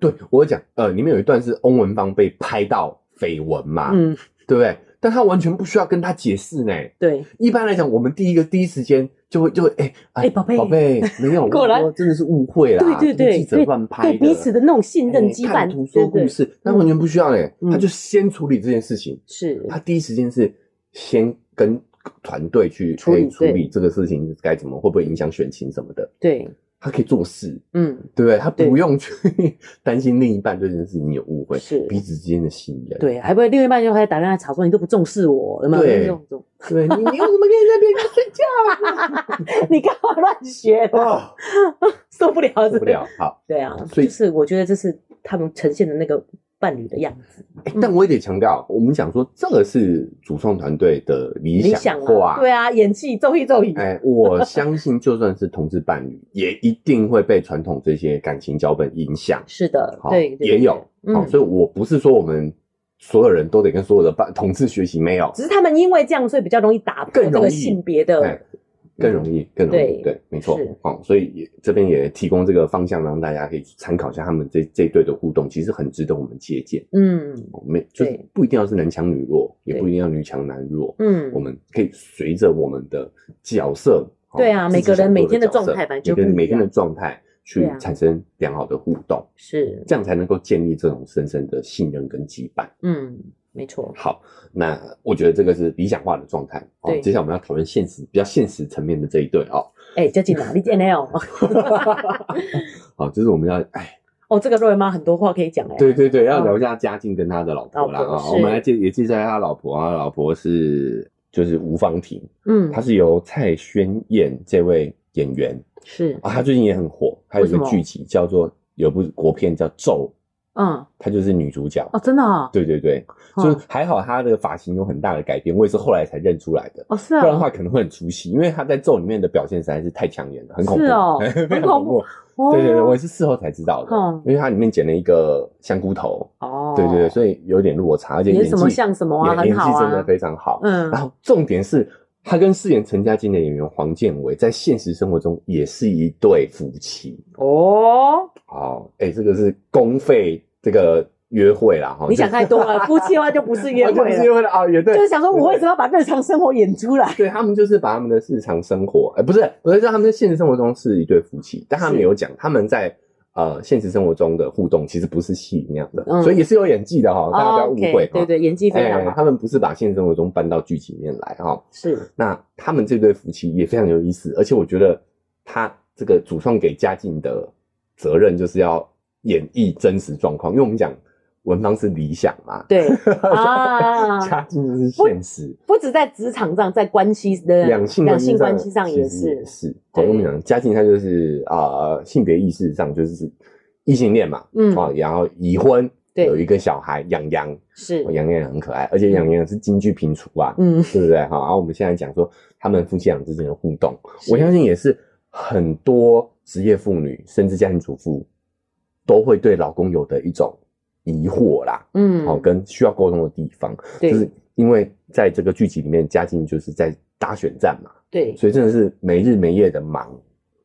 S2: 对我有讲，呃，里面有一段是翁文芳被拍到绯闻嘛，
S1: 嗯，
S2: 对不对？但他完全不需要跟他解释呢。
S1: 对，
S2: 一般来讲，我们第一个第一时间就会就会哎
S1: 哎宝贝
S2: 宝贝没 有，
S1: 果然
S2: 我真的是误会啦，
S1: 对对
S2: 这个
S1: 对
S2: 啊记者乱拍
S1: 对彼此的那种信任
S2: 哎
S1: 羁
S2: 看
S1: 绊
S2: 图说
S1: 对对
S2: 故事，他完全不需要哎，
S1: 嗯
S2: 他就先处理这件事情，
S1: 是，
S2: 他第一时间是先跟团队去
S1: 处理
S2: 哎处理
S1: 对
S2: 这个事情该怎么，会不会影响选情什么的，
S1: 对，
S2: 他可以做事，
S1: 嗯，
S2: 对不对？他不
S1: 对
S2: 用去担心另一半对这件事情有误会，
S1: 是
S2: 彼此之间的信任。
S1: 对，还不会另外一半就还打电话吵说你都不重视我，有没有？
S2: 对
S1: 这种这 种，
S2: 对，你你为什么可以在别人家睡觉？
S1: 你干嘛乱 学？
S2: 哦，
S1: 受不了，
S2: 受
S1: 受
S2: 不了。好，
S1: 对啊，
S2: 所以
S1: 就是我觉得这是他们呈现的那个伴侣的样子，
S2: 哎但我也得强调，我们讲说这个是主创团队的理
S1: 理
S2: 想
S1: 想
S2: 化。
S1: 啊，对啊，演技奏一奏一，
S2: 哎，我相信就算是同志伴侣，也一定会被传统这些感情脚本影响。
S1: 是的
S2: 好，
S1: 对，对
S2: 也有。
S1: 对
S2: 好，
S1: 嗯，
S2: 所以我不是说我们所有人都得跟所有的伴同志学习，没有，
S1: 只是他们因为这样，所以比较容易打破
S2: 更
S1: 这
S2: 容易
S1: 个性别
S2: 哎
S1: 的，嗯
S2: 更容易，更容易，
S1: 对
S2: 对，没错
S1: 是，
S2: 哦，所以也这边也提供这个方向，让大家可以去参考一下他们这这一对的互动，其实很值得我们借鉴。
S1: 嗯
S2: 哦没，就是
S1: 对
S2: 不一定要是男强女弱，也
S1: 对
S2: 不一定要女强男弱，
S1: 嗯
S2: 我，们可以随着我们的角色，哦
S1: 对啊
S2: 自己
S1: 每个人
S2: 想做
S1: 每天的
S2: 角色
S1: 状态本来就
S2: 每个
S1: 不一
S2: 人
S1: 样
S2: 每天的状态去
S1: 对啊
S2: 产生良好的互动，
S1: 是，
S2: 这样才能够建立这种深深的信任跟羁绊。
S1: 嗯，没错，
S2: 好，那我觉得这个是理想化的状态。哦
S1: 对
S2: 接下来我们要讨论现实比较现实层面的这一对哦。
S1: 哎，就进哪里见 L？
S2: 好，就是我们要哎，
S1: 哦，这个瑞妈很多话可以讲哎，
S2: 对对对，要聊一下嘉靖跟他的老婆啦
S1: 老婆
S2: 啊、
S1: 是
S2: 我们来介也介绍一下他老婆啊，老婆是就是吴芳婷，
S1: 嗯
S2: 她，是由蔡宣燕这位演员
S1: 是，
S2: 啊，她最近也很火，她有一个
S1: 为什么
S2: 剧集叫做有部国片叫《咒》，
S1: 嗯，
S2: 她就是女主角。
S1: 哦，真的啊，
S2: 对对对，
S1: 哦
S2: 就是还好她的发型有很大的改变，我也是后来才认出来的。
S1: 哦，是啊，
S2: 不然的话可能会很出戏，因为他在咒里面的表现实在是太抢眼了，很恐怖，
S1: 是 哦
S2: 非
S1: 很
S2: 常恐
S1: 恐
S2: 怖
S1: 怖。
S2: 对
S1: 哦
S2: 对对，我也是事后才知道的，
S1: 嗯
S2: 因为它里面剪了一个香菇头，
S1: 哦，
S2: 对对对，所以有点落差，而且演
S1: 演
S2: 技
S1: 什么像什么啊，
S2: 演
S1: 很
S2: 演技
S1: 好
S2: 真的
S1: 啊，
S2: 非常好。
S1: 嗯
S2: 然后重点是，他跟饰演陈家金的演员黄建伟在现实生活中也是一对夫妻。
S1: 哦，
S2: 哦，哎，这个是公费这个约会啦，哦哈，
S1: 你想太多 了，夫妻的话就不是约
S2: 就
S1: 会
S2: 是约
S1: 了，
S2: 会了啊，也对，
S1: 就是想说
S2: 对
S1: 我为什么要把日常生活演出来？
S2: 对他们就是把他们的日常生活，呃，不是不是，让他们在现实生活中是一对夫妻，但他们
S1: 是
S2: 有讲他们在呃现实生活中的互动其实不是戏那样的，
S1: 嗯哦
S2: 所以也是有演技的哈，大家不要误会
S1: OK，对
S2: 哈。
S1: 对，演技非常
S2: 哎，
S1: 好，
S2: 他们不是把现实生活中搬到剧情里面来哈。
S1: 是，
S2: 那他们这对夫妻也非常有意思，而且我觉得他这个主创给嘉靖的责任就是要演绎真实状况，因为我们讲文芳是理想嘛，
S1: 对啊，
S2: 嘉靖就是现实。
S1: 不止在职场上，在关系的
S2: 两性
S1: 啊两
S2: 关系
S1: 性
S2: 上
S1: 关系上也
S2: 其实
S1: 是，
S2: 是。好，
S1: 对
S2: 我们讲家境，它就是啊、呃性别意识上就是异性恋嘛，
S1: 嗯
S2: 啊，然后已婚，
S1: 对
S2: 有一个小孩养羊，
S1: 是
S2: 哦，羊羊也很可爱，而且羊羊是京剧评出啊，
S1: 嗯，
S2: 对不对？哈，然后我们现在讲说他们夫妻俩之间的互动，我相信也是很多职业妇女甚至家庭主妇都会对老公有的一种疑惑啦，
S1: 嗯，
S2: 哦，跟需要沟通的地方，就是
S1: 对
S2: 因为在这个剧集里面，家境就是在打选战嘛。
S1: 对，
S2: 所以真的是没日没夜的忙，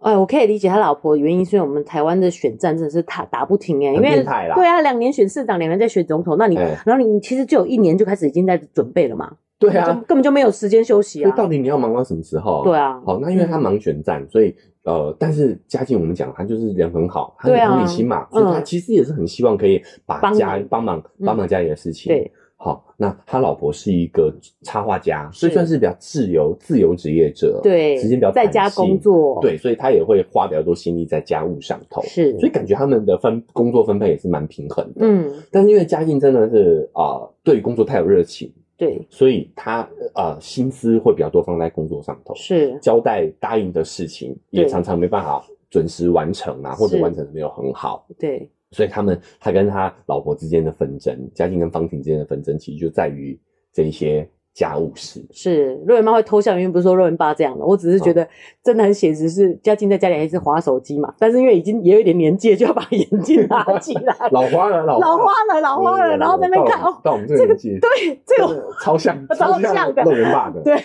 S1: 哎，我可以理解他老婆的原因，是因为我们台湾的选战真的是打打不停哎，因
S2: 很
S1: 为
S2: 变态啦
S1: 对啊，两年选市长，两年在选总统，那你
S2: 哎
S1: 然后你其实就有一年就开始已经在准备了嘛，
S2: 对
S1: 根
S2: 啊
S1: 本就根本就没有时间休息
S2: 所以
S1: 啊，
S2: 到底你要忙到什么时候？
S1: 对啊
S2: 好，那因为他忙选战，所以呃，但是嘉靖我们讲他就是人很好，他有
S1: 对啊
S2: 同理心嘛，所以他
S1: 嗯
S2: 其实也是很希望可以把
S1: 帮
S2: 家
S1: 忙
S2: 帮忙
S1: 嗯
S2: 帮忙家里的事情。
S1: 对，
S2: 好，那他老婆是一个插画家，所以
S1: 是
S2: 算是比较自由自由职业者，
S1: 对，
S2: 时间比较
S1: 在
S2: 弹
S1: 家
S2: 性
S1: 工，作，，
S2: 对，所以他也会花比较多心力在家务上头，
S1: 是，
S2: 所以感觉他们的分工作分配也是蛮平衡的。
S1: 嗯，
S2: 但是因为嘉靖真的是啊、呃对于工作太有热情，
S1: 对，
S2: 所以他呃心思会比较多放在工作上头，
S1: 是，
S2: 交代答应的事情也
S1: 对
S2: 常常没办法准时完成啊，
S1: 是
S2: 或者完成的没有很好，
S1: 对，
S2: 所以他们他跟他老婆之间的纷争，嘉靖跟方婷之间的纷争，其实就在于这一些家务事。
S1: 是肉圆妈会偷笑，因为不是说肉圆爸这样的，我只是觉
S2: 嗯
S1: 得真的很写实，是嘉靖在家里还是划手机嘛，但是因为已经也有一点年纪了，就要把眼镜拿起来，
S2: 老花了，老
S1: 老花了，老花了，然后在那边看
S2: 到我们
S1: 哦，
S2: 到我们这
S1: 这
S2: 个
S1: 个
S2: 年纪，
S1: 对，这
S2: 真
S1: 个
S2: 的超像
S1: 超像
S2: 像
S1: 的
S2: 路人爸的，
S1: 对
S2: 啊，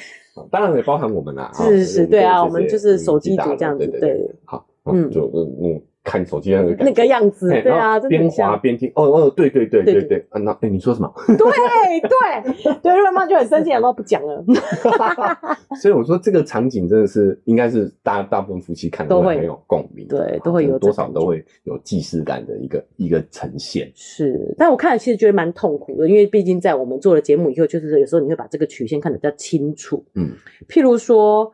S2: 当然也包含我们啦，啊
S1: 是是对啊
S2: 这
S1: 我们就
S2: 这
S1: 是
S2: 些
S1: 手机
S2: 年纪大
S1: 族
S2: 了
S1: 这样子
S2: 对
S1: 对，
S2: 好，
S1: 嗯
S2: 嗯，就嗯嗯，看手机那个感
S1: 那
S2: 觉。
S1: 个样子，
S2: 嘿
S1: 对
S2: 然
S1: 啊，
S2: 后
S1: 真的
S2: 边
S1: 很
S2: 滑
S1: 像，
S2: 边听，哦哦，对对对
S1: 对
S2: 对
S1: 对
S2: 对，啊，那哎，你说 什么？
S1: 对对对，肉圆妈就很生气，然后不讲了，
S2: 所以我说这个场景真的是，应该是大大部分夫妻看
S1: 都会
S2: 很有共鸣，
S1: 对都会有
S2: 可能
S1: 这
S2: 多少
S1: 感觉
S2: 都会有既视感的一个一个呈现。
S1: 是，但我看了其实觉得蛮痛苦的，因为毕竟在我们做了节目以后，就是有时候你会把这个曲线看得比较清楚。
S2: 嗯，
S1: 譬如说，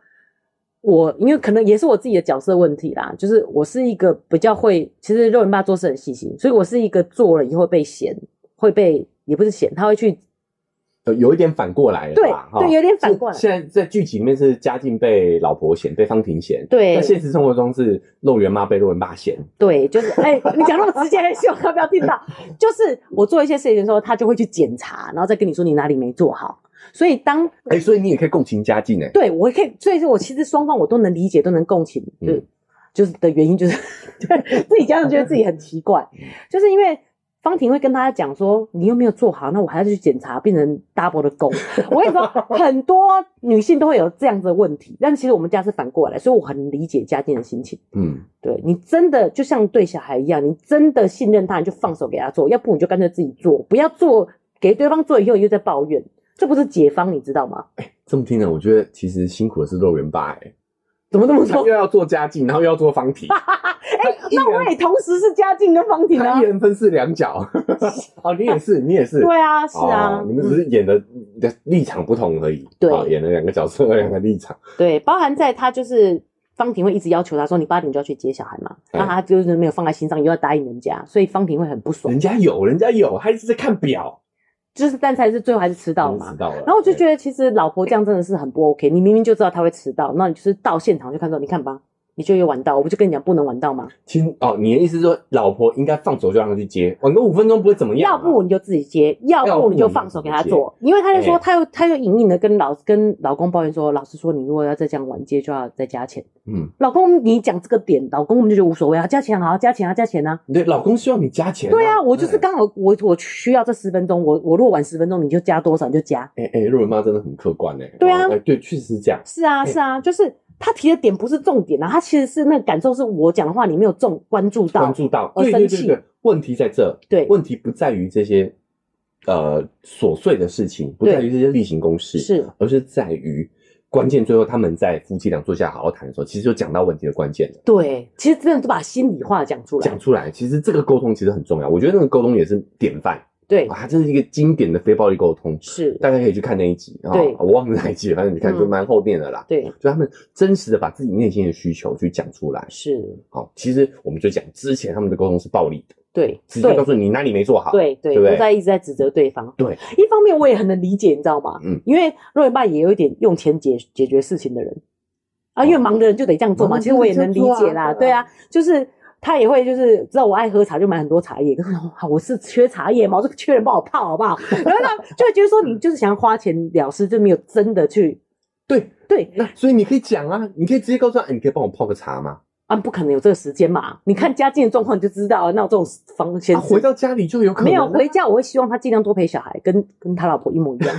S1: 我因为可能也是我自己的角色问题啦，就是我是一个比较会，其实肉人爸做事很细心，所以我是一个做了以后会被嫌，会被也不是嫌，他会去
S2: 呃有一点反过来了
S1: 对
S2: 吧，哈
S1: 对，有点反过来
S2: 是，现在在剧情里面是嘉靖被老婆嫌，被方婷嫌。
S1: 对
S2: 在现实生活中是肉圆妈被肉圆爸嫌。
S1: 对，就是哎、你讲那么直接，希望他不要听到。就是我做一些事情的时候，他就会去检查，然后再跟你说你哪里没做好。所以当
S2: 哎、所以你也可以共情嘉靖哎、
S1: 对，我可以，所以说我其实双方我都能理解，都能共情，就、
S2: 嗯
S1: 就是的原因就是 对自己家长觉得自己很奇怪，就是因为方婷会跟大家讲说你又没有做好，那我还要去检查，变成 double 的工。我跟你说，很多女性都会有这样子的问题，但其实我们家是反过来，所以我很理解家境的心情。
S2: 嗯，
S1: 对你真的就像对小孩一样，你真的信任他，你就放手给他做，要不你就干脆自己做，不要做给对方做以后又在抱怨，这不是解方，你知道吗？
S2: 这么听呢，我觉得其实辛苦的是肉圆爸哎、
S1: 怎么这么
S2: 他
S1: 说
S2: 又？要做嘉靖，然后又要做方婷，
S1: 哎、 那我也同时是嘉靖跟方婷啊
S2: 他一。人分饰两 角。哦，你也是，你也是。
S1: 对啊，是啊，
S2: 哦你们
S1: 嗯
S2: 只是演的的立场不同而已。
S1: 对
S2: 哦演了两个角色，两个立场。
S1: 对，包含在他就是方婷会一直要求他说你八点就要去接小孩嘛，
S2: 对
S1: 那他就是没有放在心上，又要答应人家，所以方婷会很不爽
S2: 人，家有，人家有，他一直在看表，
S1: 就是但才是最后还是迟到了
S2: 我
S1: 嘛
S2: 知。道了。
S1: 然后我就觉
S2: 得，
S1: 得其实老婆这样真的是很不 OK，你明明就知道他会迟到，那你就是到现场就看到你看吧，你就又晚到，我不就跟你讲不能晚到吗？
S2: 其实哦，你的意思是说，老婆应该放手就让他去接，晚个五分钟不会怎么样啊。
S1: 要不你就自己接，要
S2: 要
S1: 不
S2: 不
S1: 你就放手给他
S2: 你就
S1: 做，因为他就说，
S2: 哎
S1: 他又他又隐隐的跟老跟老公抱怨说，老师说你如果要再这样晚接，就要再加钱。
S2: 嗯，
S1: 老公，你讲这个点，老公我们就觉得无所谓啊，加钱好，加钱啊，加钱啊。
S2: 对，老公希望你加钱、
S1: 对啊，我就是
S2: 刚。
S1: 刚好我我需要这十分钟，我我如果晚十分钟，你就加多少你就加。
S2: 哎哎，肉圆妈真的很客观哎、
S1: 对啊
S2: 哦哎对，确实是这样。
S1: 是啊，
S2: 哎
S1: 是啊，就是他提的点不是重点啊，他其实是那个感受是我讲的话你没有重关注到
S2: 关，注到，
S1: 而
S2: 对对
S1: 生
S2: 对
S1: 气
S2: 对，问题在这，
S1: 对
S2: 问题不在于这些呃琐碎的事情，不在于这些例行公事，
S1: 是
S2: 而是在于关键。最后他们在夫妻俩坐下好好谈的时候，其实就讲到问题的关键了。
S1: 对，其实真的就把心里话讲出来
S2: 讲，出来，其实这个沟通其实很重要。我觉得那个沟通也是典范
S1: 对，
S2: 啊，真是一个经典的非暴力沟通。
S1: 是，
S2: 大家可以去看那一集啊、
S1: 对
S2: 我忘了哪一集了，反正你看就
S1: 嗯
S2: 蛮后面的啦。
S1: 对，
S2: 就他们真实的把自己内心的需求去讲出来，
S1: 是，
S2: 好、其实我们就讲之前他们的沟通是暴力的，
S1: 对，
S2: 直接
S1: 对
S2: 告。诉你哪里没做好。
S1: 对对，
S2: 对不对
S1: 都在一直在指责对方。
S2: 对，
S1: 一方面我也很能理解，你知道吗？
S2: 嗯
S1: 因为若元爸也有一点用钱解解决事情的人啊，因为忙的人就得这样做嘛。
S2: 哦忙的人
S1: 其实我也能理解啦，
S2: 就这
S1: 对
S2: 样
S1: 啊，就是他也会就是知道我爱喝茶，就买很多茶叶。 跟我说啊我是缺茶叶嘛，我这个缺人帮我泡好不好？然后呢，就会觉得说你就是想要花钱了事，就没有真的去
S2: 对，
S1: 对
S2: 那所以你可以讲啊，你可以直接告诉他，哎，你可以帮我泡个茶吗？
S1: 啊，不可能有这个时间嘛。你看家境的状况你就知道，那我这种房先
S2: 他、
S1: 生
S2: 啊回到家里就有可能
S1: 没
S2: 啊、
S1: 有 回家，我会希望他尽量多陪小孩，跟跟他老婆一模一样。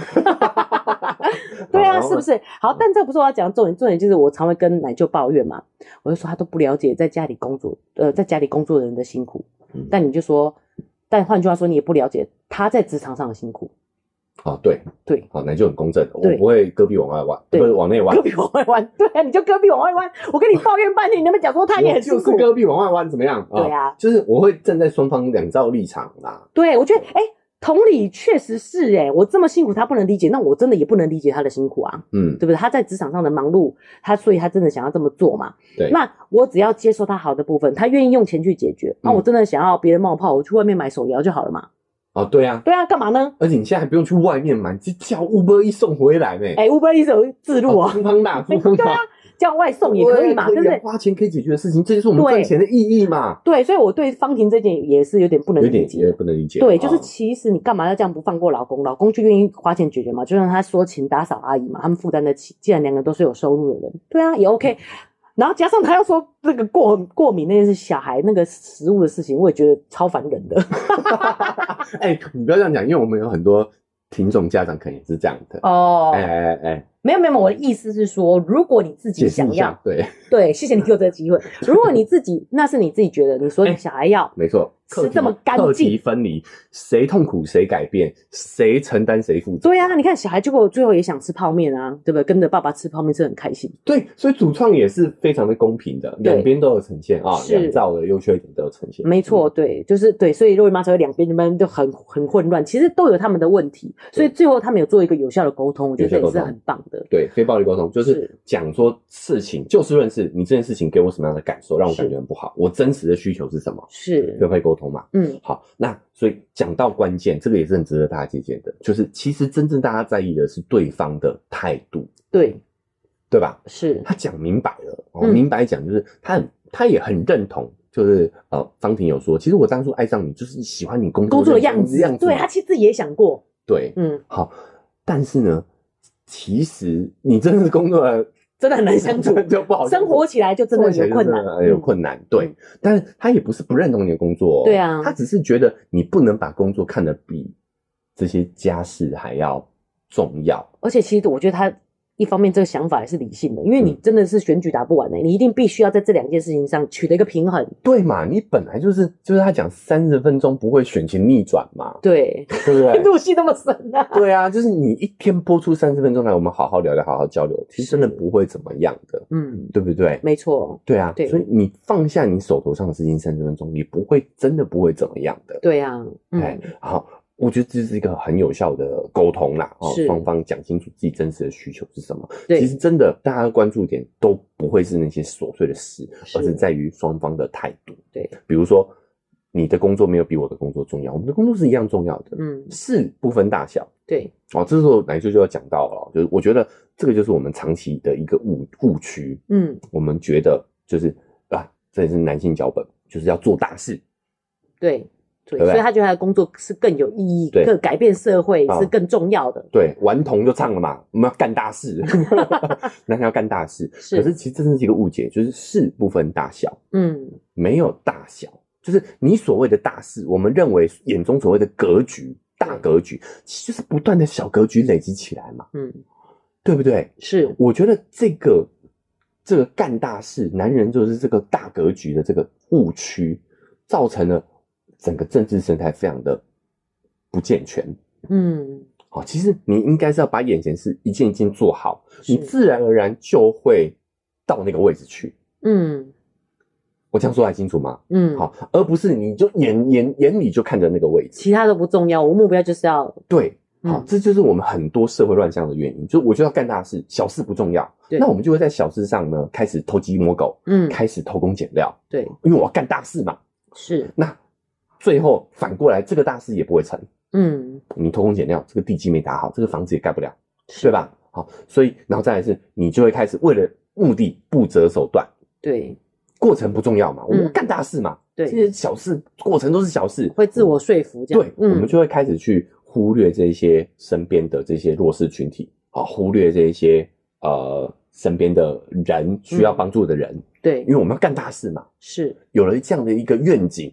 S1: 对啊，
S2: 然后呢
S1: 是不？是？好，但这不是我要讲的重点，重点就是我常会跟奶舅抱怨嘛，我就说他都不了解在家里工作，呃，在家里工作的人的辛苦。
S2: 嗯
S1: 但你就说，但换句话说，你也不了解他在职场上的辛苦。
S2: 哦，对
S1: 对，
S2: 好、那就很公正的，
S1: 对
S2: 我不会胳膊往外弯，
S1: 对
S2: 不是往内弯
S1: 胳。膊往外弯，对啊，你就胳膊往外弯。我跟你抱怨半天，你那边讲说他也
S2: 我
S1: 很
S2: 就
S1: 辛
S2: 是
S1: 苦。
S2: 胳膊往外弯，怎么样？
S1: 对啊
S2: 就是我会站在双方两造立场啦。
S1: 对，我觉得，哎、同理确实是、哎，我这么辛苦，他不能理解，那我真的也不能理解他的辛苦啊。
S2: 嗯，
S1: 对不对？他在职场上的忙碌，他所以他真的想要这么做嘛？
S2: 对
S1: 那我只要接受他好的部分，他愿意用钱去解决。
S2: 嗯
S1: 那、我真的想要别人冒泡，我去外面买手摇就好了嘛？
S2: 哦，对啊，
S1: 对啊，干嘛呢？
S2: 而且你现在还不用去外面买，你就叫 Uber 一送回来呢。
S1: 哎，Uber 一手自
S2: 哦，
S1: 录哦。
S2: 乒乓大，
S1: 哎
S2: 乒 乓
S1: 对啊
S2: 大，，
S1: 叫外送也可以嘛，对不
S2: 对啊？
S1: 对？
S2: 花钱可以解决的事情，这就是我们
S1: 对
S2: 赚钱的意义嘛。
S1: 对，所以我对方婷这点也是有点不能
S2: 有
S1: 理
S2: 点
S1: 解。
S2: 也不能理解。
S1: 对，就是
S2: 哦
S1: 其实你干嘛要这样不放过老公？老公就愿意花钱解决嘛，就像他说请打扫阿姨嘛，他们负担得起。既然两个都是有收入的人，对啊，也 OK。然后加上他又说那个过过敏那件事，小孩那个食物的事情，我也觉得超烦人的。
S2: 哎，你不要这样讲，因为我们有很多听众家长可能也是这样的。
S1: 哦
S2: 哎哎哎，
S1: 没有没有，我的意思是说，如果你自己
S2: 解释
S1: 想
S2: 一
S1: 要
S2: 下，，对，
S1: 对，谢谢你给我这个 机会。如果你自己，那是你自己觉得，你说你
S2: 哎
S1: 小孩要，
S2: 没错，
S1: 吃
S2: 课题
S1: 这么干净
S2: 课题分离，谁痛苦谁改变，谁承担谁负责。
S1: 对啊，你看小孩结果最后也想吃泡面啊，对不对？跟着爸爸吃泡面是很开心。
S2: 对，所以主创也是非常的公平的，
S1: 对
S2: 两边都有呈现啊，
S1: 是
S2: 两造的优缺点都有呈现。嗯
S1: 没错，对，就是对，所以肉姨妈才会两边那边就很很混乱，其实都有他们的问题，所以最后他们有做一个有效的沟通，我觉得这
S2: 有
S1: 也
S2: 效沟
S1: 是
S2: 通
S1: 很棒的。
S2: 对，非暴力沟通就是是讲说事情就事论事，你这件事情给我什么样的感受，让我感觉很不好，我真实的需求是什么，
S1: 是
S2: 就，会沟通嘛。
S1: 嗯，
S2: 好，那所以讲到关键，这个也是很值得大家借鉴的，就是其实真正大家在意的是对方的态度，
S1: 对，
S2: 对吧？
S1: 是，
S2: 他讲明白了，哦，
S1: 嗯
S2: 明白讲就是他很他也很认同，就是呃，方婷有说，其实我当初爱上你就是喜欢你工作
S1: 工作的样
S2: 样
S1: 子，
S2: 样子嘛，
S1: 对他其实自己也想过，
S2: 对，
S1: 嗯，
S2: 好，但是呢，其实你真的是工作了，
S1: 真的很难相处
S2: 就不好相
S1: 生
S2: 处
S1: 活起来就真的有困难，
S2: 真的呃哎有困难。对
S1: 嗯，
S2: 但是他也不是不认同你的工作哦，
S1: 对啊
S2: 他只是觉得你不能把工作看得比这些家事还要重要。
S1: 而且其实我觉得他一方面这个想法也是理性的，因为
S2: 嗯
S1: 你真的是选举打不完的、你一定必须要在这两件事情上取得一个平衡。
S2: 对嘛？你本来就是就是他讲三十分钟不会选情逆转 嘛，
S1: 对，
S2: 对不 对？
S1: 入戏那么深啊，
S2: 对啊，就是你一天播出三十分钟来，我们好好聊聊，好好交流，其实真的不会怎么样的，
S1: 嗯，
S2: 对不对？
S1: 没错，
S2: 对啊，
S1: 对
S2: 所以你放下你手头上的事情三十分钟，你不会真的不会怎么样的。
S1: 对啊，
S2: 哎
S1: 嗯，，
S2: 好，我觉得这是一个很有效的沟通啦，哦
S1: 是，
S2: 双方讲清楚自己真实的需求是什么。其
S1: 对
S2: 实真的，大家的关注点都不会是那些琐碎的事，
S1: 是
S2: 而是在于双方的态度。
S1: 对，
S2: 比如说，你的工作没有比我的工作重要，我们的工作是一样重要的，
S1: 嗯，
S2: 事不分大小。
S1: 对，
S2: 哦，这时候奶舅就要讲到了哦，就是我觉得这个就是我们长期的一个误误区，
S1: 嗯，
S2: 我们觉得就是啊，这也是男性脚本，就是要做大事，
S1: 对。对，
S2: 对不对
S1: 所以他觉得他的工作是更有意义，
S2: 对
S1: 更改变社会
S2: 啊
S1: 是更重要的。
S2: 对，顽童就唱了嘛，我们要干大事，男人要干大事。
S1: 是
S2: 可是其实这真是一个误解，就是事不分大小，
S1: 嗯，
S2: 没有大小，就是你所谓的大事，我们认为眼中所谓的格局、大格局，其实就是不断的小格局累积起来嘛，
S1: 嗯，
S2: 对不对？
S1: 是，
S2: 我觉得这个这个干大事，男人就是这个大格局的这个误区，造成了整个政治生态非常的不健全。
S1: 嗯，
S2: 好，哦其实你应该是要把眼前事一件一件做好，
S1: 是
S2: 你自然而然就会到那个位置去。
S1: 嗯，
S2: 我这样说还清楚吗？
S1: 嗯，，
S2: 好，而不是你就眼眼眼里就看着那个位置。
S1: 其他都不重要，我目标就是要，
S2: 对，好，
S1: 嗯
S2: 这就是我们很多社会乱象的原因。就我就要干大事，小事不重要。
S1: 对
S2: 那我们就会在小事上呢开始偷鸡摸狗，
S1: 嗯，
S2: 开始偷工减料，
S1: 对，
S2: 因为我要干大事嘛。
S1: 是，
S2: 那最后反过来，这个大事也不会成。
S1: 嗯，
S2: 你偷工减料，这个地基没打好，这个房子也盖不了，对吧？好，所以然后再来是，你就会开始为了目的不择手段，
S1: 对，
S2: 过程不重要嘛，我
S1: 嗯
S2: 们干大事嘛，
S1: 对
S2: 这些小事过程都是小事，
S1: 会自我说服这样。嗯
S2: 对，我们就会开始去忽略这些身边的这些弱势群体，啊，忽略这些呃身边的人需要帮助的人，
S1: 对
S2: 因，为我们要干大事嘛，
S1: 是，
S2: 有了这样的一个愿景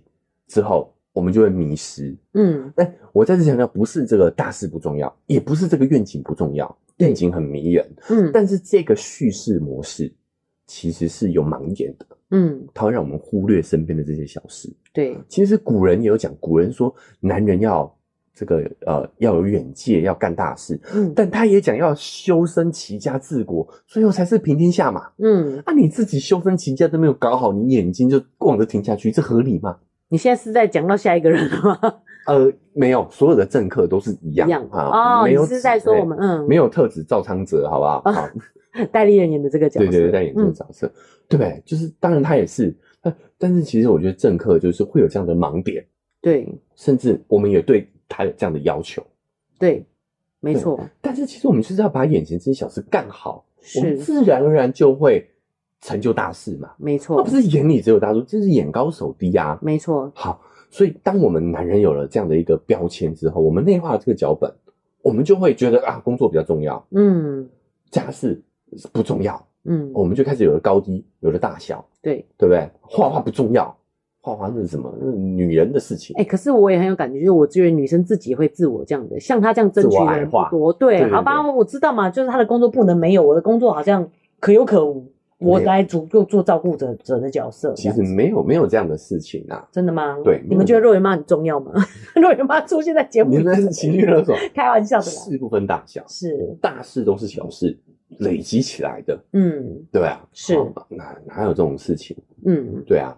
S2: 之后，我们就会迷失，
S1: 嗯，
S2: 哎，我再次强调，不是这个大事不重要，也不是这个愿景不重要，愿景很迷人，
S1: 嗯，
S2: 但是这个叙事模式其实是有盲点的，
S1: 嗯，
S2: 它会让我们忽略身边的这些小事。
S1: 对，
S2: 其实古人也有讲，古人说男人要这个呃要有远见，要干大事，
S1: 嗯，
S2: 但他也讲要修身齐家治国，最后才是平天下嘛。
S1: 嗯，
S2: 啊，你自己修身齐家都没有搞好，你眼睛就望着停下去，这合理吗？
S1: 你现在是在讲到下一个人了吗？
S2: 呃，没有，所有的政客都是一样
S1: 一样
S2: 啊，
S1: 哦，
S2: 没
S1: 你
S2: 有
S1: 是在
S2: 指
S1: 说
S2: 哎
S1: 我们嗯，
S2: 没有特指赵昌泽，好不好？好，
S1: 有戴立人演啊的这个角色，
S2: 对对对，在演这个
S1: 嗯
S2: 角色，对不对？就是当然他也是，但但是其实我觉得政客就是会有这样的盲点，
S1: 对
S2: 甚至我们也对他有这样的要求，
S1: 对，没错，
S2: 但是其实我们就是要把眼前这些小事干好，我们
S1: 是
S2: 自然而然就会成就大事嘛。
S1: 没
S2: 那
S1: 错
S2: 不，是眼里只有大叔，这是眼高手低啊。
S1: 没错，
S2: 好，所以当我们男人有了这样的一个标签之后，我们内化了这个脚本，我们就会觉得啊，工作比较重要，
S1: 嗯
S2: 家事不重要，
S1: 嗯，
S2: 我们就开始有了高低，有了大小，
S1: 对。
S2: 对不对？画画不重要，画画那是什么？那是女人的事情。
S1: 哎、可是我也很有感觉，就是我觉得女生自己会自我这样的，像她这样争
S2: 自
S1: 取
S2: 我
S1: 的
S2: 矮
S1: 人
S2: 化
S1: 不多。
S2: 对对
S1: 对，
S2: 对
S1: 好吧，我知道嘛，就是她的工作不能没有，我的工作好像可有可无，我
S2: 没有
S1: 来主做做照顾者者的角色。
S2: 其
S1: 这
S2: 实
S1: 样子
S2: 没有没有这样的事情啊，
S1: 真的吗？
S2: 对
S1: 你们觉得肉圆妈很重要吗？ 肉圆妈出现在节目
S2: 你
S1: 里，
S2: 们是情绪勒索，
S1: 开玩笑的啦。
S2: 事不分大小，
S1: 是，
S2: 大事都是小事累积起来的，
S1: 嗯
S2: 对啊，
S1: 是
S2: 好哪哪有这种事情？
S1: 嗯，
S2: 对啊，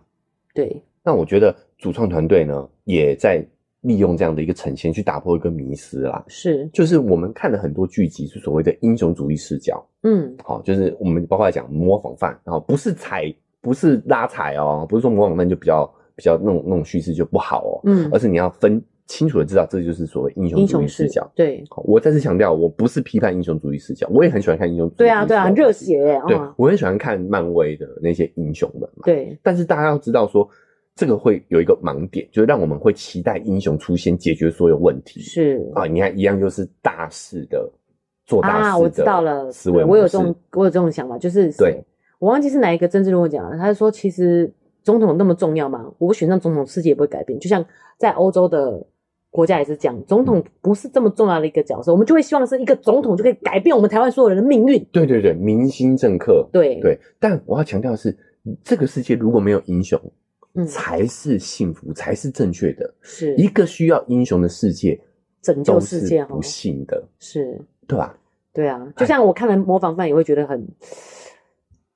S1: 对，
S2: 那我觉得主创团队呢，也在利用这样的一个呈现去打破一个迷思啦。
S1: 是，
S2: 就是我们看了很多剧集，是所谓的英雄主义视角，
S1: 嗯
S2: 好、就是我们包括讲模仿犯，然、后不是踩，不是拉踩哦，不是说模仿犯就比较比较那种那种叙事就不好哦，
S1: 嗯
S2: 而，是你要分清楚的知道，这就是所谓英雄
S1: 英
S2: 主义
S1: 雄
S2: 视
S1: 视
S2: 角。
S1: 对，
S2: 好，我再次强调，我不是批判英雄主义视角，我也很喜欢看英雄主义视角。
S1: 对啊，对啊，很热。血耶，
S2: 对
S1: 啊，，
S2: 我很喜欢看漫威的那些英雄们嘛。
S1: 对，
S2: 但是大家要知道说，这个会有一个盲点，就是让我们会期待英雄出现解决所有问题。
S1: 是
S2: 啊，你看一样就是大事的做大事的
S1: 啊，我知道了，
S2: 思维
S1: 对我有
S2: 模
S1: 这
S2: 式。
S1: 种，我有这种想法，就是
S2: 对，
S1: 我忘记是哪一个政治人物讲了，他说其实总统那么重要吗？我选上总统，世界也不会改变。就像在欧洲的国家也是这样，总
S2: 嗯
S1: 统不是这么重要的一个角色，我们就会希望是一个总统就可以改变我们台湾所有人的命运。
S2: 对对对，明星政客。
S1: 对，
S2: 对，但我要强调的是，这个世界如果没有英雄，
S1: 嗯，
S2: 才是幸福，才是正确的。
S1: 是
S2: 一个需要英雄的世界，
S1: 拯救
S2: 都
S1: 世
S2: 是
S1: 界哦
S2: 不，幸的，
S1: 是，
S2: 对吧？
S1: 对
S2: 哎
S1: 啊，就像我看了模仿犯也会觉得很，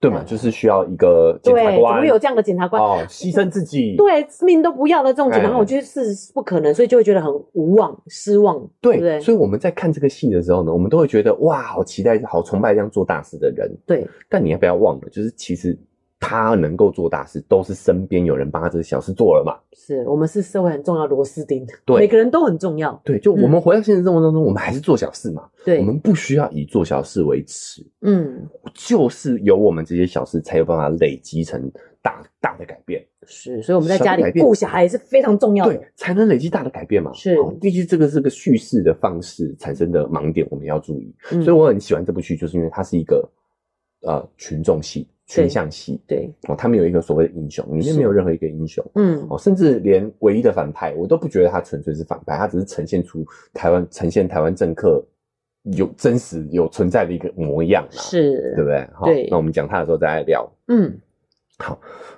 S2: 对嘛，就是需要一个检察
S1: 对，怎
S2: 官，
S1: 么会有这样的检察官？
S2: 哦，牺牲自己，
S1: 对，命都不要的这种检察官，
S2: 哎
S1: 我觉得是不可能，所以就会觉得很无望、失望，
S2: 对
S1: 不对？
S2: 所以我们在看这个戏的时候呢，我们都会觉得哇，好期待，好崇拜这样做大事的人。
S1: 对，
S2: 但你要不要忘了，就是其实他能够做大事，都是身边有人帮他这个小事做了嘛。
S1: 是我们是社会很重要的螺丝钉，
S2: 对
S1: 每个人都很重要，
S2: 对，就我们回到现实生活当中，我们还是做小事嘛。
S1: 对，
S2: 我们不需要以做小事为耻，
S1: 嗯
S2: 就是有我们这些小事，才有办法累积成大大的改变。
S1: 是，所以我们在
S2: 想
S1: 家
S2: 改
S1: 里
S2: 变
S1: 顾小孩也是非常重要
S2: 对
S1: 的，，
S2: 才能累积大的改变嘛。
S1: 是
S2: 好毕竟这个是个叙事的方式产生的盲点，我们要注意。
S1: 嗯
S2: 所以我很喜欢这部剧，就是因为它是一个呃群众戏、群像戏
S1: 对，
S2: 哦，他们有一个所谓的英雄，里面
S1: 是
S2: 没有任何一个英雄
S1: 嗯
S2: 哦，甚至连唯一的反派，我都不觉得他纯粹是反派，他只是呈现出台湾呈现台湾政客有真实有存在的一个模样啊，对不
S1: 是，
S2: 对？好
S1: 对
S2: 那我们讲他的时候再来聊。
S1: 嗯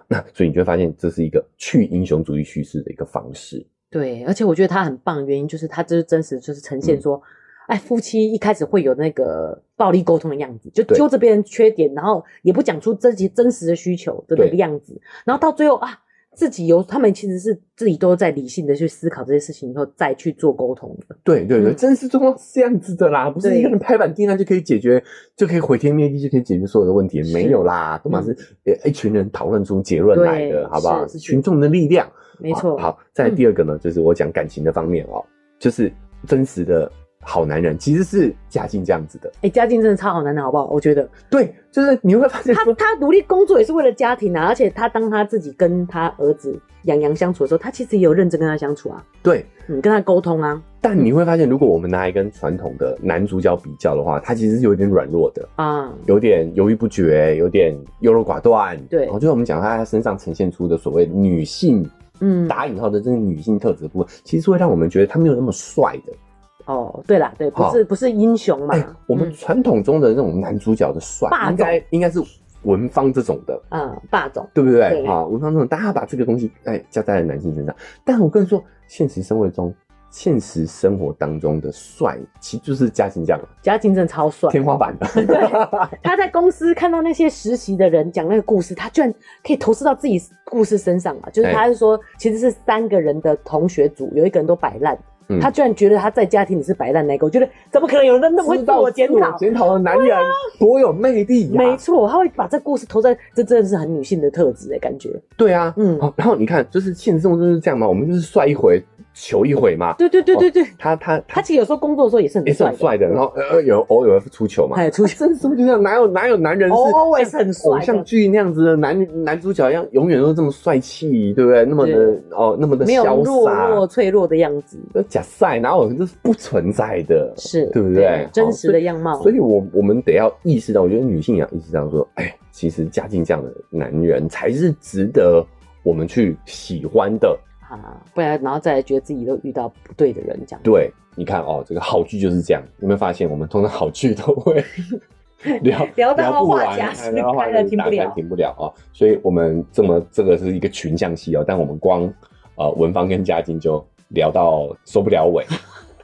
S2: 那所以你就会发现，这是一个去英雄主义叙事的一个方式。
S1: 对，而且我觉得他很棒，原因就是他就是真实，就是呈
S2: 嗯
S1: 现说。哎，夫妻一开始会有那个暴力沟通的样子，就
S2: 对
S1: 揪着别人缺点，然后也不讲出自己真实的需求的那个
S2: 对
S1: 样子，然后到最后啊，自己有他们其实是自己都在理性的去思考这些事情以后再去做沟通的，
S2: 对对对，
S1: 嗯
S2: 真实状况是这样子的啦，不是
S1: 对
S2: 一个人拍板定案就可以解决，就可以毁天灭地，就可以解决所有的问题，
S1: 是嗯
S2: 没有啦，都嘛是呃一群人讨论出结论来
S1: 对
S2: 的，好不好？
S1: 是
S2: 是群众的力量，
S1: 没错。嗯
S2: 好，好再来第二个呢，就是我讲感情的方面哦，就是真实的好男人其实是贾静这样子的，
S1: 哎、家境真的超好难的，好不好？我觉得
S2: 对，就是你会发 现
S1: 他
S2: 说，
S1: 他努力工作也是为了家庭啊，而且他当他自己跟他儿子杨洋相处的时候，他其实也有认真跟他相处啊，
S2: 对。
S1: 嗯，跟他沟通啊，
S2: 但你会发现，如果我们拿来跟传统的男主角比较的话，他其实是有点软弱的，
S1: 啊，
S2: 有点犹豫不决，有点优柔寡断。
S1: 对
S2: 然后就是我们讲他身上呈现出的所谓女性
S1: 嗯，
S2: 打引号的这个女性特质的部分，其实会让我们觉得他没有那么帅的。
S1: 哦，对啦，对，不是不是英雄嘛，
S2: 哎、我们
S1: 嗯
S2: 传统中的那种男主角的帅
S1: 霸，总
S2: 应该应该是文芳这种的，
S1: 啊霸总，
S2: 对不对？
S1: 对
S2: 啊，文芳这种，大家把这个东西哎加在了男性身上。但我跟你说，现实生活中，现实生活当中的帅，其实就是嘉靖这样
S1: 家境真的超帅，
S2: 天花 板的。
S1: 他在公司看到那些实习的人讲那个故事，他居然可以投射到自己故事身上啊！就是
S2: 哎
S1: 他是说，其实是三个人的同学组，有一个人都摆烂，
S2: 嗯
S1: 他居然觉得他在家庭里是摆烂那个，我觉得怎么可能有人那么会自我检
S2: 知
S1: 讨啊
S2: 道自我？检讨的男人多有魅力呀、
S1: 没错，他会把这故事投在，这真的是很女性的特质的感觉。
S2: 对啊，
S1: 嗯
S2: 嗯，然后你看，就是现实生活中就是这样嘛，我们就是帅一回，求一回嘛。
S1: 对对对对对，
S2: 他他
S1: 他其实有时候工作的时候也是
S2: 哦
S1: 很
S2: 也是
S1: 帅
S2: 很帅的，然后呃有偶尔会出糗嘛。
S1: 哎，出去
S2: 真是不是哪有哪有男人是
S1: Always 很帅的
S2: 偶像剧那样子的男男主角一样，永远都这么帅气，对不对？那么的哦，那么 的
S1: 没有弱
S2: 潇
S1: 弱
S2: 洒，
S1: 脆弱的样子，
S2: 那假赛哪有这是不存在的？
S1: 是
S2: 对不对好
S1: 真实的样貌，
S2: 所以我我们得要意识到，我觉得女性也要意识到说，哎，其实家境这样的男人才是值得我们去喜欢的。
S1: 啊，不然然后再来觉得自己都遇到不对的人这样。
S2: 对，你看哦，这个好剧就是这样。有没有发现，我们通常好剧都会聊
S1: 聊到
S2: 不
S1: 话
S2: 完
S1: 匣
S2: 哎
S1: 子
S2: 聊到话
S1: 开了
S2: 匣子
S1: 停不
S2: 打开
S1: 了
S2: 停不了啊、哦。所以我们这么这个是一个群像戏哦，但我们光呃文芳跟嘉靖就聊到收不 了尾。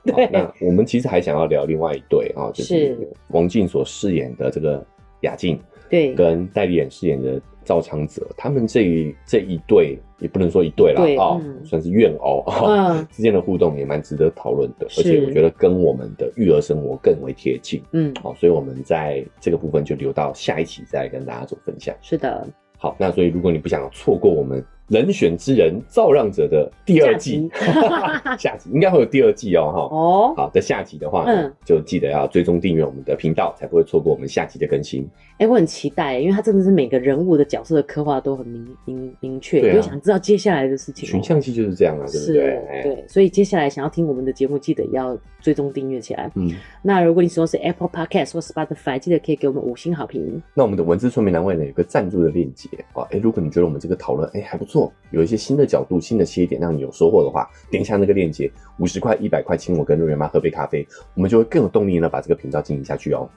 S1: 对
S2: 好 那我们其实还想要聊另外一对啊、哦，就是是王静所饰演的这个雅静
S1: 对嗯
S2: 跟戴丽妍饰演的赵昌泽，他们这一这一对也不能说一对了
S1: 对
S2: 啊、哦
S1: 嗯
S2: 算是怨偶啊。哦
S1: 嗯
S2: 之间的互动也蛮值得讨论的，
S1: 是
S2: 而且我觉得跟我们的育儿生活更为贴近。
S1: 嗯，
S2: 好，所以我们在这个部分就留到下一期再来跟大家做分享。
S1: 是的，
S2: 好，那所以如果你不想错过我们《人选之人造让者》的第二季， 下集应该会有第二季哦，哈。
S1: 哦，
S2: 好，在下集的话，
S1: 嗯
S2: 嗯，就记得要追踪订阅我们的频道，才不会错过我们下集的更新。
S1: 哎，我很期待，因为他真的是每个人物的角色的刻画都很明明明确，
S2: 对啊
S1: 就想知道接下来的事情哦。
S2: 群像戏就是这样啊，对不
S1: 是，
S2: 对？哎，
S1: 对，所以接下来想要听我们的节目，记得要追踪订阅起来。
S2: 嗯，
S1: 那如果你使用是 Apple Podcast 或 Spotify，记得可以给我们五星好评。
S2: 那我们的文字说明栏位呢有个赞助的链接啊，哎，如果你觉得我们这个讨论哎还不错，有一些新的角度、新的切点让你有收获的话，点一下那个链接，五十块、一百块，请我跟瑞元妈喝杯咖啡，我们就会更有动力呢把这个频道经营下去哦。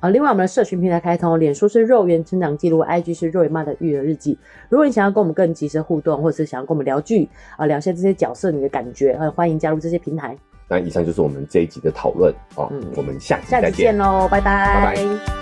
S1: 啊，另外我们的社群平台开通，脸书是肉圆成长记录，IG 是肉圆妈的育儿日记。如果你想要跟我们更及时互动，或者是想要跟我们聊剧啊，聊一下这些角色你的感觉，啊，欢迎加入这些平台。
S2: 那以上就是我们这一集的讨论啊，
S1: 嗯
S2: 我们下集
S1: 下
S2: 再
S1: 期见
S2: 见。
S1: 喽，拜
S2: 拜
S1: 拜